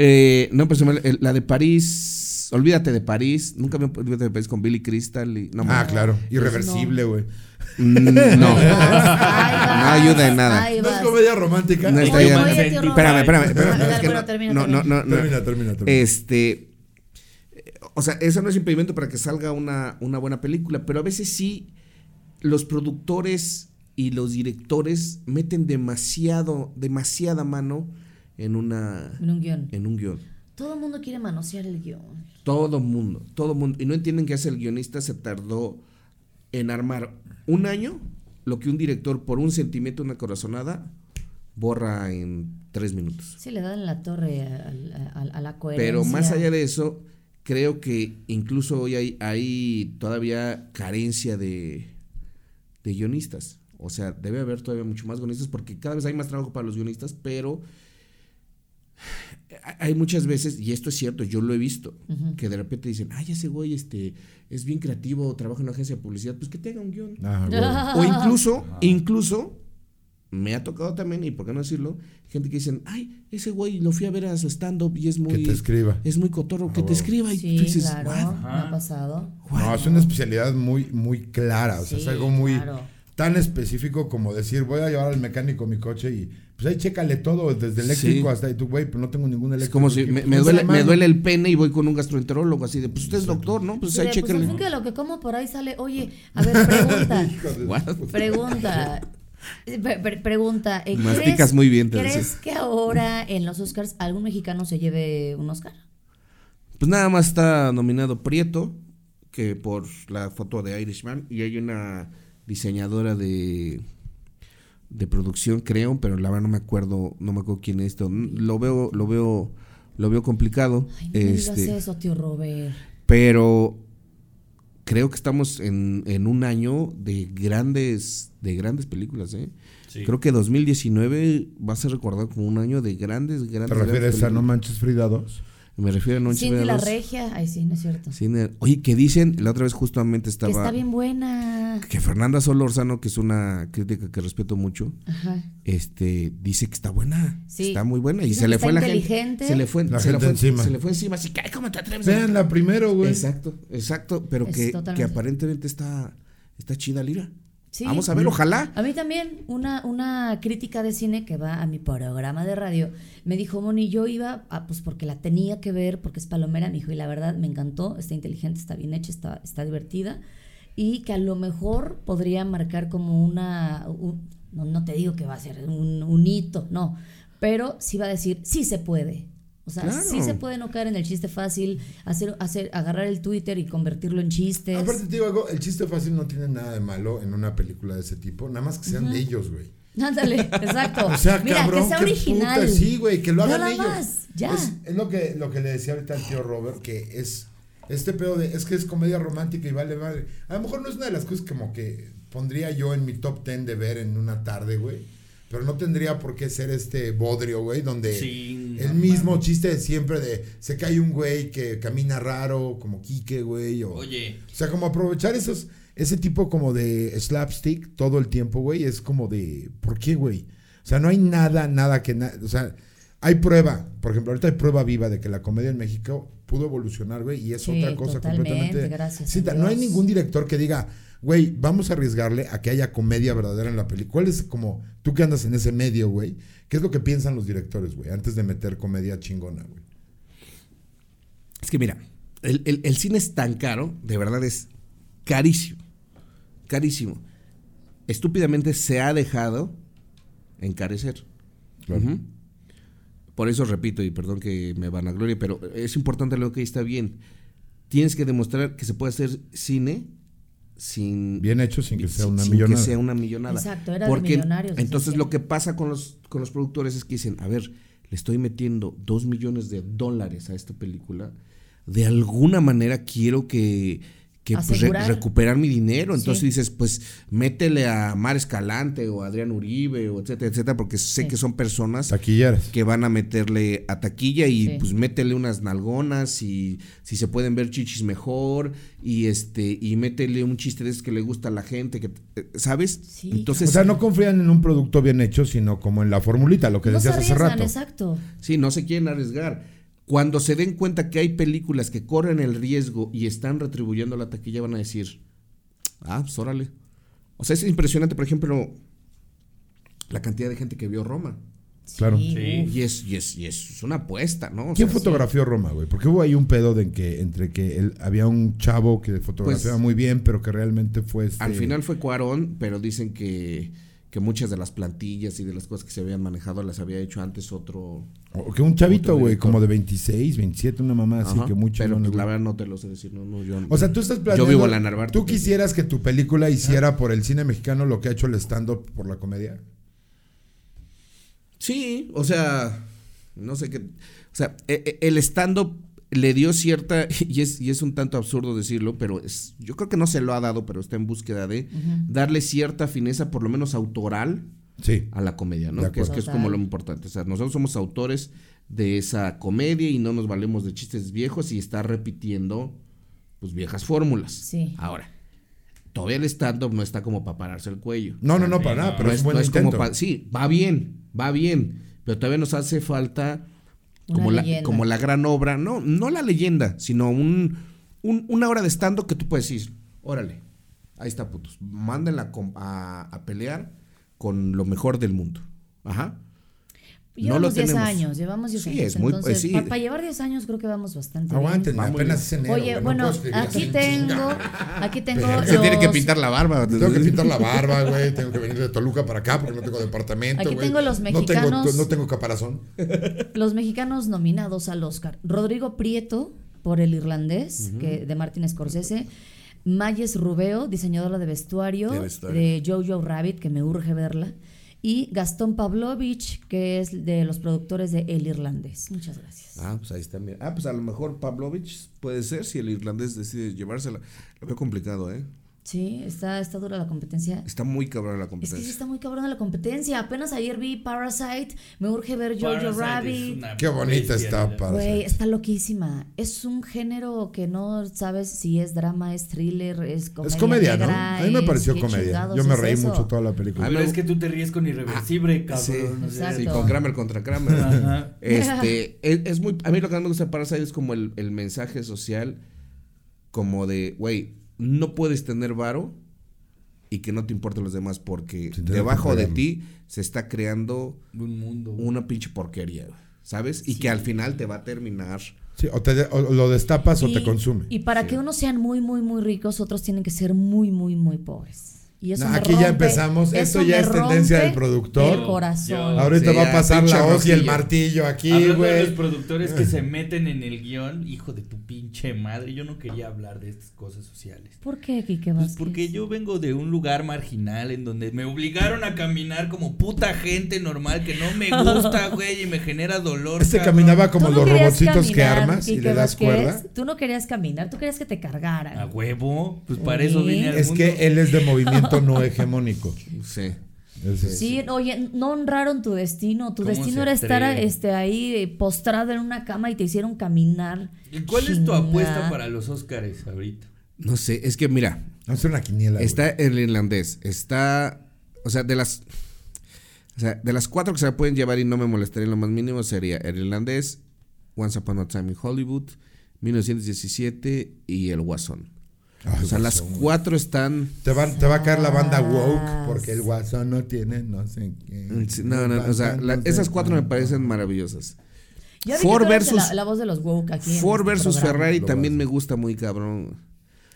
Eh, no, pues se me- el- la de París, olvídate de París, nunca me olvídate de París con Billy Crystal y no
Ah,
mames.
claro. Irreversible, güey.
Mm, no.
Ahí vas,
No ayuda en nada.
ahí
No es
vas.
comedia romántica.
No
Oye,
está
oye,
bien.
oye, tío Roberto.
Espérame, espérame, espérame.
Dale,
Es que
bueno,
no-
termina,
no, no,
termina.
no, no.
Termina, termina, termina.
Este. eh, O sea, eso no es impedimento para que salga una, una buena película, pero a veces sí los productores y los directores meten demasiado, demasiada mano en una
En un guión.
en un guión.
Todo el mundo quiere manosear el guión.
Todo mundo, todo mundo. Y no entienden que hace el guionista se tardó en armar un año lo que un director por un sentimiento, una corazonada, borra en tres minutos.
Sí, le dan en la torre al- al- al- a, la coherencia.
Pero más allá de eso, creo que incluso hoy hay, hay todavía carencia de, de guionistas. O sea, debe haber todavía mucho más guionistas porque cada vez hay más trabajo para los guionistas, pero hay muchas veces, y esto es cierto, yo lo he visto, que de repente dicen, ay, ese güey este, es bien creativo, trabaja en una agencia de publicidad, pues que tenga un guión.
Ah, güey.
O incluso, incluso, me ha tocado también, y por qué no decirlo, gente que dicen, ay, ese güey lo fui a ver a su stand-up y es muy...
Que te escriba.
Es muy cotorro, que te
huevo.
escriba y tú
Sí,
dices,
claro,
"What?
me ha pasado.
No, es una especialidad muy, muy clara. O sea,
Sí,
es algo muy
claro.
tan específico como decir, voy a llevar al mecánico mi coche y pues ahí chécale todo, desde eléctrico
Sí.
hasta ahí. Tú, güey, pues no tengo ningún
Es
eléctrico.
como si
aquí,
me,
pues,
me
ponse
duele,
la
me
mano.
duele el pene y voy con un gastroenterólogo así de, pues usted es doctor, ¿no? Pues
Sí,
ahí
de, pues,
chéquenle.
al fin que lo que como por ahí sale, oye, a ver, pregunta,
What?
pregunta, eh, pre- pre- pregunta. eh,
Masticas
¿crees-
muy bien, te
¿Crees
decía.
que ahora en los Oscars algún mexicano se lleve un Oscar?
Pues nada más está nominado Prieto, que por la foto de Irishman, y hay una diseñadora de, de producción, creo, pero la verdad no me acuerdo, no me acuerdo quién es esto. Lo veo, lo veo, lo veo complicado.
Ay, no me digas
este,
eso, tío Robert.
pero creo que estamos en, en un año de grandes, de grandes películas, ¿eh? Creo que 2019 va a ser recordado como un año de grandes,
¿Te
grandes.
refieres
grandes
a No
películas.
Manches Frida 2?
Me refiero a Noche
Cindy
de
la
los-
Regia, ay sí, no es cierto.
Cine- Oye, que dicen, la otra vez justamente
que
estaba.
está bien buena.
que Fernanda Solórzano, que es una crítica que respeto mucho,
Ajá.
este, dice que está buena.
Sí.
Está muy buena. Y
Dicen
se
que
le
está
fue la
inteligente.
gente. Se le fue,
La
se le
gente
fue
encima.
Se le fue encima. Así que, ay, ¿cómo te atreves?
Veanla primero, güey.
Exacto, exacto. Pero
Es
que, que
totalmente.
aparentemente está, está chida Lira.
Sí.
Vamos a ver, ojalá.
A mí también, una, una crítica de cine que va a mi programa de radio, me dijo, Moni, yo iba, a- pues porque la tenía que ver, porque es palomera, me dijo, y la verdad me encantó, está inteligente, está bien hecha, está, está divertida, y que a lo mejor podría marcar como una, un- no, no te digo que va a ser un, un hito, no, pero sí va a decir, sí se puede. O sea,
Claro.
sí se puede no caer en el chiste fácil, hacer, hacer, agarrar el Twitter y convertirlo en chistes.
Aparte te digo algo, el chiste fácil no tiene nada de malo en una película de ese tipo, nada más que sean de ellos, güey.
Ándale, exacto.
O sea,
Mira,
cabrón,
que sea
qué
original.
puta, sí, güey, que lo hagan
Nada
ellos.
más, ya.
Es, es lo que lo que le decía ahorita al tío Robert que es este pedo de es que es comedia romántica y vale vale. A lo mejor no es una de las cosas como que pondría yo en mi top ten de ver en una tarde, güey. Pero no tendría por qué ser este bodrio, güey, donde
Sí,
el
no
mismo chiste de siempre de se cae un güey que camina raro, como Quique, güey, o
Oye.
o sea, como aprovechar esos, ese tipo como de slapstick todo el tiempo, güey, es como de, ¿por qué, güey? O sea, no hay nada, nada que, na- o sea, hay prueba, por ejemplo, ahorita hay prueba viva de que la comedia en México pudo evolucionar, güey, y es
Sí,
otra cosa
totalmente,
completamente.
gracias
Sí,
a
ta- no hay
Dios.
ningún director que diga, güey, vamos a arriesgarle a que haya comedia verdadera en la película. ¿Cuál es como, tú que andas en ese medio, güey, qué es lo que piensan los directores, güey, antes de meter comedia chingona, güey?
Es que mira, el, el- el cine es tan caro, de verdad es carísimo. Carísimo. Estúpidamente se ha dejado encarecer. Ujú. Por eso repito, y perdón que me van a gloria, pero es importante lo que está bien. Tienes que demostrar que se puede hacer cine sin.
Bien hecho sin que sea una
sin
millonada.
Que sea una millonada.
Exacto, era de millonarios, decía.
Entonces lo que pasa con los, con los productores es que dicen, a ver, le estoy metiendo dos millones de dólares a esta película. De alguna manera quiero que, que pues, re-
Asegurar.
recuperar mi dinero. Entonces
Sí.
dices, pues métele a Mar Escalante o a Adrián Uribe o etcétera, etcétera, porque sé
Sí.
que son personas
Taquilleras.
que van a meterle a taquilla y
Sí.
pues métele unas nalgonas y si se pueden ver chichis mejor y este y métele un chiste de esos que le gusta a la gente que eh, sabes
Sí,
entonces
o sea, no confían en un producto bien hecho, sino como en la formulita, lo que
no se
decías hace
arriesgan,
rato.
exacto.
sí no se quieren arriesgar cuando se den cuenta que hay películas que corren el riesgo y están retribuyendo a la taquilla van a decir ah pues órale o sea es impresionante por ejemplo la cantidad de gente que vio Roma
Claro.
Sí.
uf.
y es y es, y es una apuesta no O
¿Quién
sea,
fotografió Roma, güey? Porque hubo ahí un pedo de en que, entre que él- había un chavo que fotografiaba
Pues,
muy bien, pero que realmente fue este-
Al final fue Cuarón, pero dicen que, que muchas de las plantillas y de las cosas que se habían manejado las había hecho antes otro.
o que un chavito,
otro
güey,
director.
como de 26, 27, una mamá así
Ajá,
Ah, que muy
Pero
chingón,
pues,
güey.
la verdad no te lo sé decir. No, no, yo,
O sea, tú estás planeando.
Yo vivo la Narvarte. Ah.
¿Tú quisieras que tu película hiciera por el cine mexicano lo que ha hecho el stand-up por la comedia?
Sí, o sea, no sé qué. O sea, e- e- el stand-up le dio cierta. Y es, y es un tanto absurdo decirlo, pero es, yo creo que no se lo ha dado, pero está en búsqueda de darle cierta fineza, por lo menos autoral,
Sí.
a la comedia,
De
¿no? Que es,
acuerdo.
que es
Total.
como lo importante. O sea, nosotros somos autores de esa comedia y no nos valemos de chistes viejos y está repitiendo, pues, viejas fórmulas.
Sí.
Ahora, todavía el stand-up no está como para pararse el cuello.
No, no, no,
Sí,
para
no,
nada, pero
No
es, buen
no
intento.
pa- sí, va bien, va bien, pero todavía nos hace falta
Una
como la,
leyenda.
como la gran obra, no, no la leyenda, sino un, un- una hora de stand que tú puedes decir, órale, ahí está putos, mándenla com- a, a pelear con lo mejor del mundo. Ajá.
Llevamos
lo
10
tenemos.
años, llevamos 10
Sí,
años.
es muy-
entonces,
sí.
para llevar 10 años creo que vamos bastante bien.
pues Aguántenme,
Vamos.
apenas es enero, güey,
Oye,
no
bueno,
puedo escribir
aquí
así,
tengo,
chinga.
aquí tengo
Se tiene que
los-
pintar la barba.
Tengo que pintar la barba, güey. Tengo que venir de Toluca para acá porque no tengo departamento.
Aquí
güey.
tengo los
No
mexicanos.
tengo, no tengo caparazón.
Los mexicanos nominados al Oscar. Rodrigo Prieto por El Irlandés, que, de Martin Scorsese. Mayes Rubeo, diseñadora de vestuario,
De
de,
vestuario.
Jojo Rabbit, que me urge verla. Y Gastón Pavlovich, que es de los productores de El Irlandés. Muchas gracias.
Ah, pues ahí está. mira. Ah, pues a lo mejor Pavlovich puede ser si el irlandés decide llevársela. Lo veo complicado, ¿eh?
Sí, está, está dura la competencia.
Está muy cabrón la
Es que sí
competencia.
está muy cabrón la competencia. Apenas ayer vi Parasite, me urge ver Jojo
Parasite es
Rabbit.
una
Qué bonita
bestia,
está
¿no?
para
Güey, está loquísima. Es un género que no sabes si es drama, es thriller, es comedia.
Es comedia, ¿no?
negra,
A mí me
es-
pareció
¿qué
comedia.
chingados
Yo me
es
reí
eso?
mucho toda la película.
Ah,
Pero
no.
es que tú te ríes con irreversible,
Ah,
Sí,
cabrón. o sea,
sí,
Exacto.
con Kramer contra Kramer.
Ajá.
este, es, es muy, a mí lo que más me gusta de Parasite es como el, el mensaje social, como de, güey, no puedes tener varo y que no te importen los demás porque
Sin tener
debajo
que
de
pagarlo.
ti se está creando
Un mundo. güey.
una pinche porquería, güey, ¿sabes? Y que al final te va a terminar.
Sí, o, te de- o lo destapas o
Y-
te consume.
Y para que unos sean muy, muy, muy ricos, otros tienen que ser muy, muy, muy pobres. Y eso
No,
me
aquí ya
rompe-
empezamos.
eso
Esto ya
me
es tendencia del
rompe
productor.
El corazón.
Yo-
Ahorita
Sí,
va a
ya,
pasar
pinche
la hoz y el
rosquillo.
martillo aquí,
Hablando de los
güey. Eh.
productores que se meten en el guión, hijo de tu pinche madre, yo no quería hablar de estas cosas sociales.
¿Por qué, Kike
Pues
Vázquez?
porque yo vengo de un lugar marginal en donde me obligaron a caminar como puta gente normal que no me gusta, güey, y me genera dolor.
Este
cabrón.
caminaba como
Tú no
los
querías
robotitos que
caminar,
armas y
Kike
le das
Vázquez.
cuerda.
Tú no querías caminar, tú querías que te cargaran.
A huevo, pues para eso vine al
Es
mundo.
que él es de movimiento no hegemónico.
Sí.
Es-
Sí, oye, no honraron tu destino. Tu
¿Cómo se
destino era estar
atreven?
este, ahí eh, postrado en una cama y te hicieron caminar.
¿Y cuál es tu
Chinga.
apuesta para los Óscares ahorita?
No sé, es que mira,
a hacer una quiniela.
Está el irlandés. Está. O sea, de las. O sea, de las cuatro que se la pueden llevar y no me molestaría en lo más mínimo sería el irlandés, Once Upon a Time in Hollywood, 1917 y El Guasón.
güey. Ay,
o sea, las
Ah, guasón, güey.
cuatro están.
Te va, te va a caer la banda
Ah,
woke porque el guasón no tiene no sé qué.
No, no, o sea,
No
la-
sé
esas cuatro me
cuánto.
parecen maravillosas.
Ya vi que
Ford
tú eres
versus-
la, la voz de los woke aquí. en
Ford
este
versus
programa.
Ferrari
Lo
también
vas.
me gusta muy cabrón.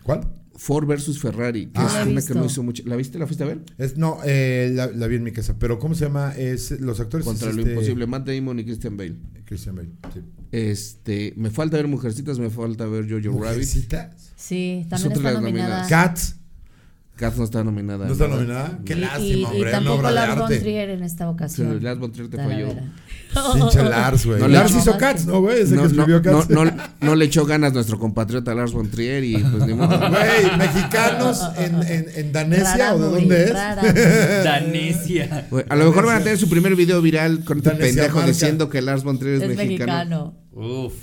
¿Cuál?
Ford versus Ferrari, que
Ah.
es
La he
una que
visto.
no hizo mucho. ¿La viste? ¿La fuiste a ver?
Es, no, eh, la, la vi en mi casa. Pero ¿cómo se llama? Es, los actores.
Contra
es
lo
este-
imposible, Matt Damon y Christian Bale.
Christian Bale. Sí.
Este, me falta ver Mujercitas, me falta ver Jojo Rabbit.
¿Mujercitas?
Sí,
Es
también
otra
está
de las
nominada.
nominadas.
Cats.
Cats no está nominada.
¿No está
¿verdad?
nominada? Qué
Y- y-
lástima, hombre.
Y
era una
tampoco
obra de
Lars von
arte.
Trier en esta
Sí,
ocasión.
Last Von Trier te
Talavera.
falló.
Pinche Lars, güey.
No le-
Lars hizo
No,
Cats,
sí.
¿no, güey? Ese
No,
que
no,
escribió Cats.
no, no- no le echó ganas nuestro compatriota Lars von Trier y pues ni modo.
Güey, mexicanos en, en, en Danesia
Rara
o de
movie,
dónde es.
rara.
Danesia.
Güey, A lo mejor van a tener su primer video viral con este
Danesia
pendejo
marca.
diciendo que Lars von Trier es,
Es
mexicano.
mexicano.
Uf.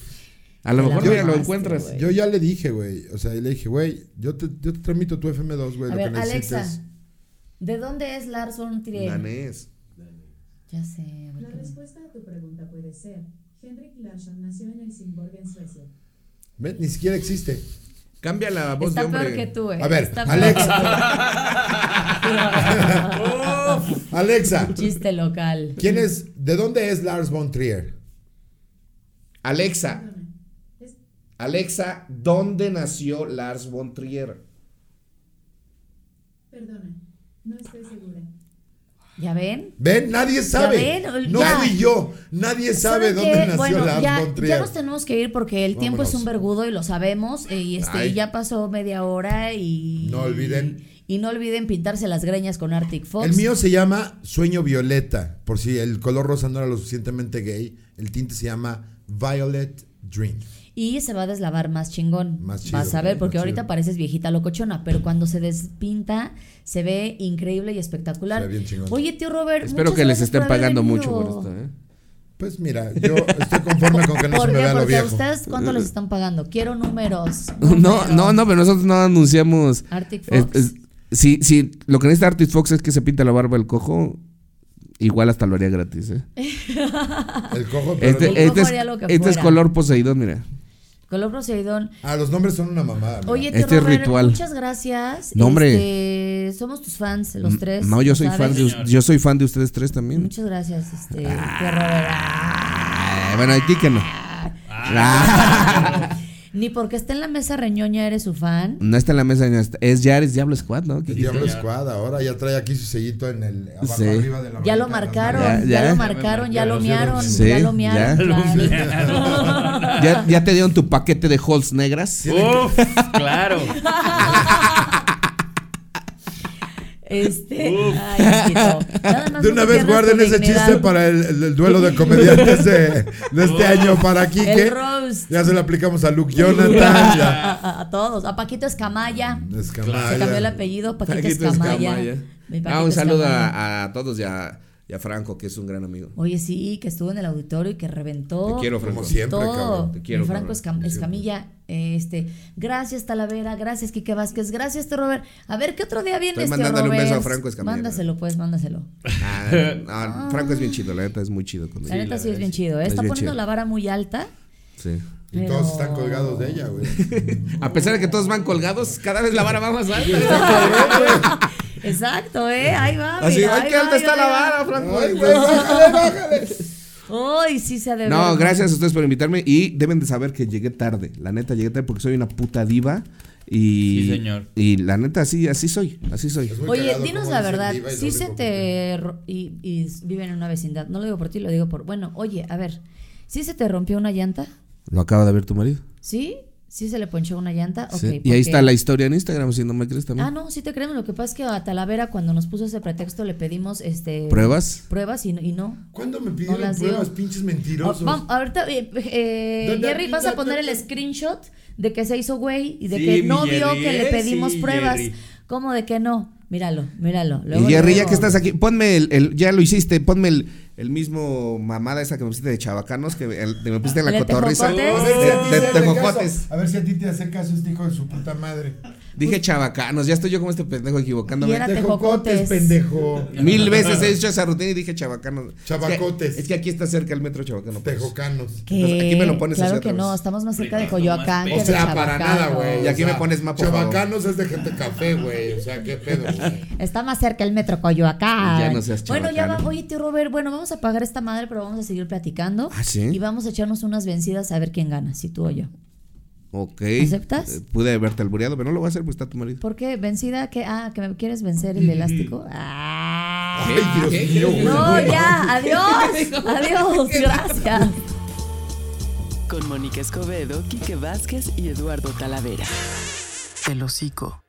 A lo
Te la
mejor ya lo
mamaste,
encuentras.
güey.
Yo ya le dije, güey. O sea, le dije, güey, yo te, yo te tramito tu FM2, güey.
A
Lo
ver,
que
Alexa,
necesites.
¿de dónde es Lars von Trier?
Danés.
Ya sé. a ver
La
qué-
respuesta a tu pregunta puede ser: Henrik Larsson nació en Helsingborg, en Suecia.
Ve, Ni siquiera existe.
Cambia la voz
Está
de hombre.
peor que tú, eh.
Pues A ver,
Está peor
Alexa.
que tú.
Alexa,
Chiste local.
¿quién es? ¿De dónde es Lars von Trier?
Alexa,
Perdona, es-
Alexa, ¿dónde nació Lars von Trier?
Perdona, no estoy segura.
¿Ya ven?
¿Ven? Nadie sabe.
¿Ya ven?
No
Ya.
fui yo. Nadie sabe
¿Saben
dónde
qué?
nació
Bueno,
Lars
ya,
von
ya
Trier.
nos tenemos que ir porque el tiempo es
Vámonos.
un vergudo y lo sabemos. eh, Y este,
Ay.
y ya pasó media hora y.
No olviden.
Y, no olviden pintarse las greñas con Arctic Fox.
El mío se llama Sueño Violeta. Por si el color rosa no era lo suficientemente gay, el tinte se llama Violet Dream.
Y se va a deslavar más chingón.
Más chido,
Vas a ver,
¿no?
porque
Más
ahorita
chido.
pareces viejita locochona, pero cuando se despinta se ve increíble y espectacular.
Se ve bien chingón.
Oye, tío Robert.
Espero
muchas
que les
gracias
estén
por haber
pagando mucho
venido.
por esto, ¿eh?
Pues mira, yo estoy conforme con que no se
¿Por
me
qué?
vea lo
Porque a
viejo.
ustedes, ¿cuánto les están pagando? Quiero números.
No,
números.
no, no, pero nosotros no anunciamos.
Arctic
Es-
Fox.
es- si, si lo que necesita Arctic Fox es que se pinta la barba el cojo, igual hasta lo haría gratis, ¿eh?
El cojo, pero
Este,
no-
El
este
cojo
es,
haría lo que
este es
fuera.
color poseidón, mira.
Color Poseidón.
Ah, los nombres son una mamada. mira.
Oye, tío
Este es
Robert,
ritual.
muchas gracias.
No, hombre.
Este, somos tus fans, los tres.
No, yo soy
¿sabes?
fan de, us- yo soy fan de ustedes tres también.
Muchas gracias, este, tío Robert.
Ah, bueno, aquí que no. Ah.
Ni porque esté en la mesa reñoña eres su fan.
No está en la mesa, no está- es ya eres Diablo Squad, ¿no?
El Diablo Squad ahora ya trae aquí su sellito en el abajo
Sí.
arriba de la
Ya lo
americana.
marcaron, ya,
Ya, ya.
lo marcaron, ya lo miaron,
Sí,
ya lo
ya.
miaron.
Lo
claro.
miaron.
Ya, ya te dieron tu paquete de halls negras.
Oh,
Uf, claro.
Este, ay, hijito. Nada más
De
no
una
te
vez
pierdas
guarden
tu
ese
dignidad.
chiste para el, el- el duelo de comediantes de, de este año para Quique.
El roast.
Ya se lo aplicamos a Luke Jonathan. ya.
A, a- a todos, a Paquito Escamaya.
Escamaya.
Se cambió el apellido, Paquito,
Paquito
Escamaya.
Escamaya.
Mi
Ah,
Paquito
un saludo
Escamaya.
a, a todos y a, y a Franco, que es un gran amigo.
Oye, sí, que estuvo en el auditorio y que reventó.
Te quiero, Franco.
Como siempre,
todo.
cabrón.
Te quiero,
Mi Franco
cabrón.
Escam- Escamilla, eh, este, gracias Talavera, gracias Quique Vázquez, gracias tío Robert. A ver qué otro día viene
Estoy
este
mandándole Pues un
Robert?
beso a Franco Escamilla.
Mándaselo, pues, mándaselo.
Ah, no, Franco es bien chido, la neta es muy chido con
La
él.
neta sí es bien chido, ¿eh?
Es
Está
bien
poniendo
chido.
la vara muy alta.
Sí.
Y todos
pero-
están colgados de ella, güey.
A pesar de que todos van colgados, cada vez la vara va más alta.
Exacto, ¿eh? Ahí va.
Así,
mira,
ay,
ahí
qué
va,
alta
ahí va,
está la
ahí va.
vara, Franco.
Ay, güey, bájale, bájale.
Ay, sí se ha de
No,
ver.
gracias a ustedes por invitarme y deben de saber que llegué tarde. La neta llegué tarde porque soy una puta diva y
Sí, señor. Pues
y la neta así así soy, así soy.
Es muy
Oye,
cagado
dinos
cómo
la
dicen
verdad,
diva y
si
lo
se
digo
te... ro- Y, y s- viven en una vecindad, no lo digo por ti, lo digo por... Bueno, oye, a ver, ¿sí se te rompió una llanta?
Lo acaba de ver tu marido.
¿Sí? ¿Sí se le ponchó una llanta? Ok,
Sí. Y
porque-
ahí está la historia en Instagram si no me crees también.
Ah, no, sí te creemos. Lo que pasa es que a Talavera cuando nos puso ese pretexto le pedimos este...
Pruebas.
Pruebas y, no- y no.
¿Cuándo me pidieron
No las
pruebas,
dio.
pinches mentirosos?
Oh, vamos, ahorita, eh, eh,
Da, da,
Jerry,
da,
vas a
da,
poner
da.
el screenshot de que se hizo güey y de
Sí,
que
mi
no vio
Jerry,
que le
eh,
pedimos
sí,
pruebas.
Jerry.
¿Cómo de que no? Míralo, míralo.
Y
Luego,
Jerry, ya
luego.
que estás aquí, ponme el, el- ya lo hiciste, ponme el, el mismo mamada esa que me pusiste de chavacanos, que el- te me pusiste en la
¿Le
cotorriza. De,
tejocotes?
de- de
Hazle
tejocotes.
caso. A ver si a ti te hace caso este hijo de su puta madre.
Dije chavacanos, ya estoy yo como este pendejo
Y
equivocándome.
era-
Tejocotes,
Tejocotes.
pendejo.
Mil veces he hecho esa rutina y dije chavacanos.
Chavacotes.
Es que, es que aquí está cerca el metro chavacano. pues.
Tejocanos.
¿Qué?
Entonces, aquí me lo pones así
Claro
otra
que no,
vez.
estamos más cerca de
Ricardo, más
Coyoacán que
pe-
O
de
sea, para nada,
Chabacano.
güey.
Y aquí
O sea,
me pones más, por
Chavacanos es de gente café, güey. O sea, qué pedo, güey.
Está más cerca el metro Coyoacán.
Ya no seas
bueno, ya va.
chabacano.
Oye, tío Robert, bueno, vamos a pagar esta madre, pero vamos a seguir platicando.
Ah, ¿sí?
Y vamos a echarnos unas vencidas a ver quién gana, si tú o yo.
Ok.
¿Aceptas?
Eh, Pude haberte albureado, pero no lo voy a hacer, pues está tu marido.
¿Por qué? ¿Vencida? que Ah, ¿que me quieres vencer el elástico? Ah.
Ay, Dios mío, güey.
No, ya, adiós, adiós, gracias.
Con Mónica Escobedo, Quique Vázquez y Eduardo Talavera. El hocico.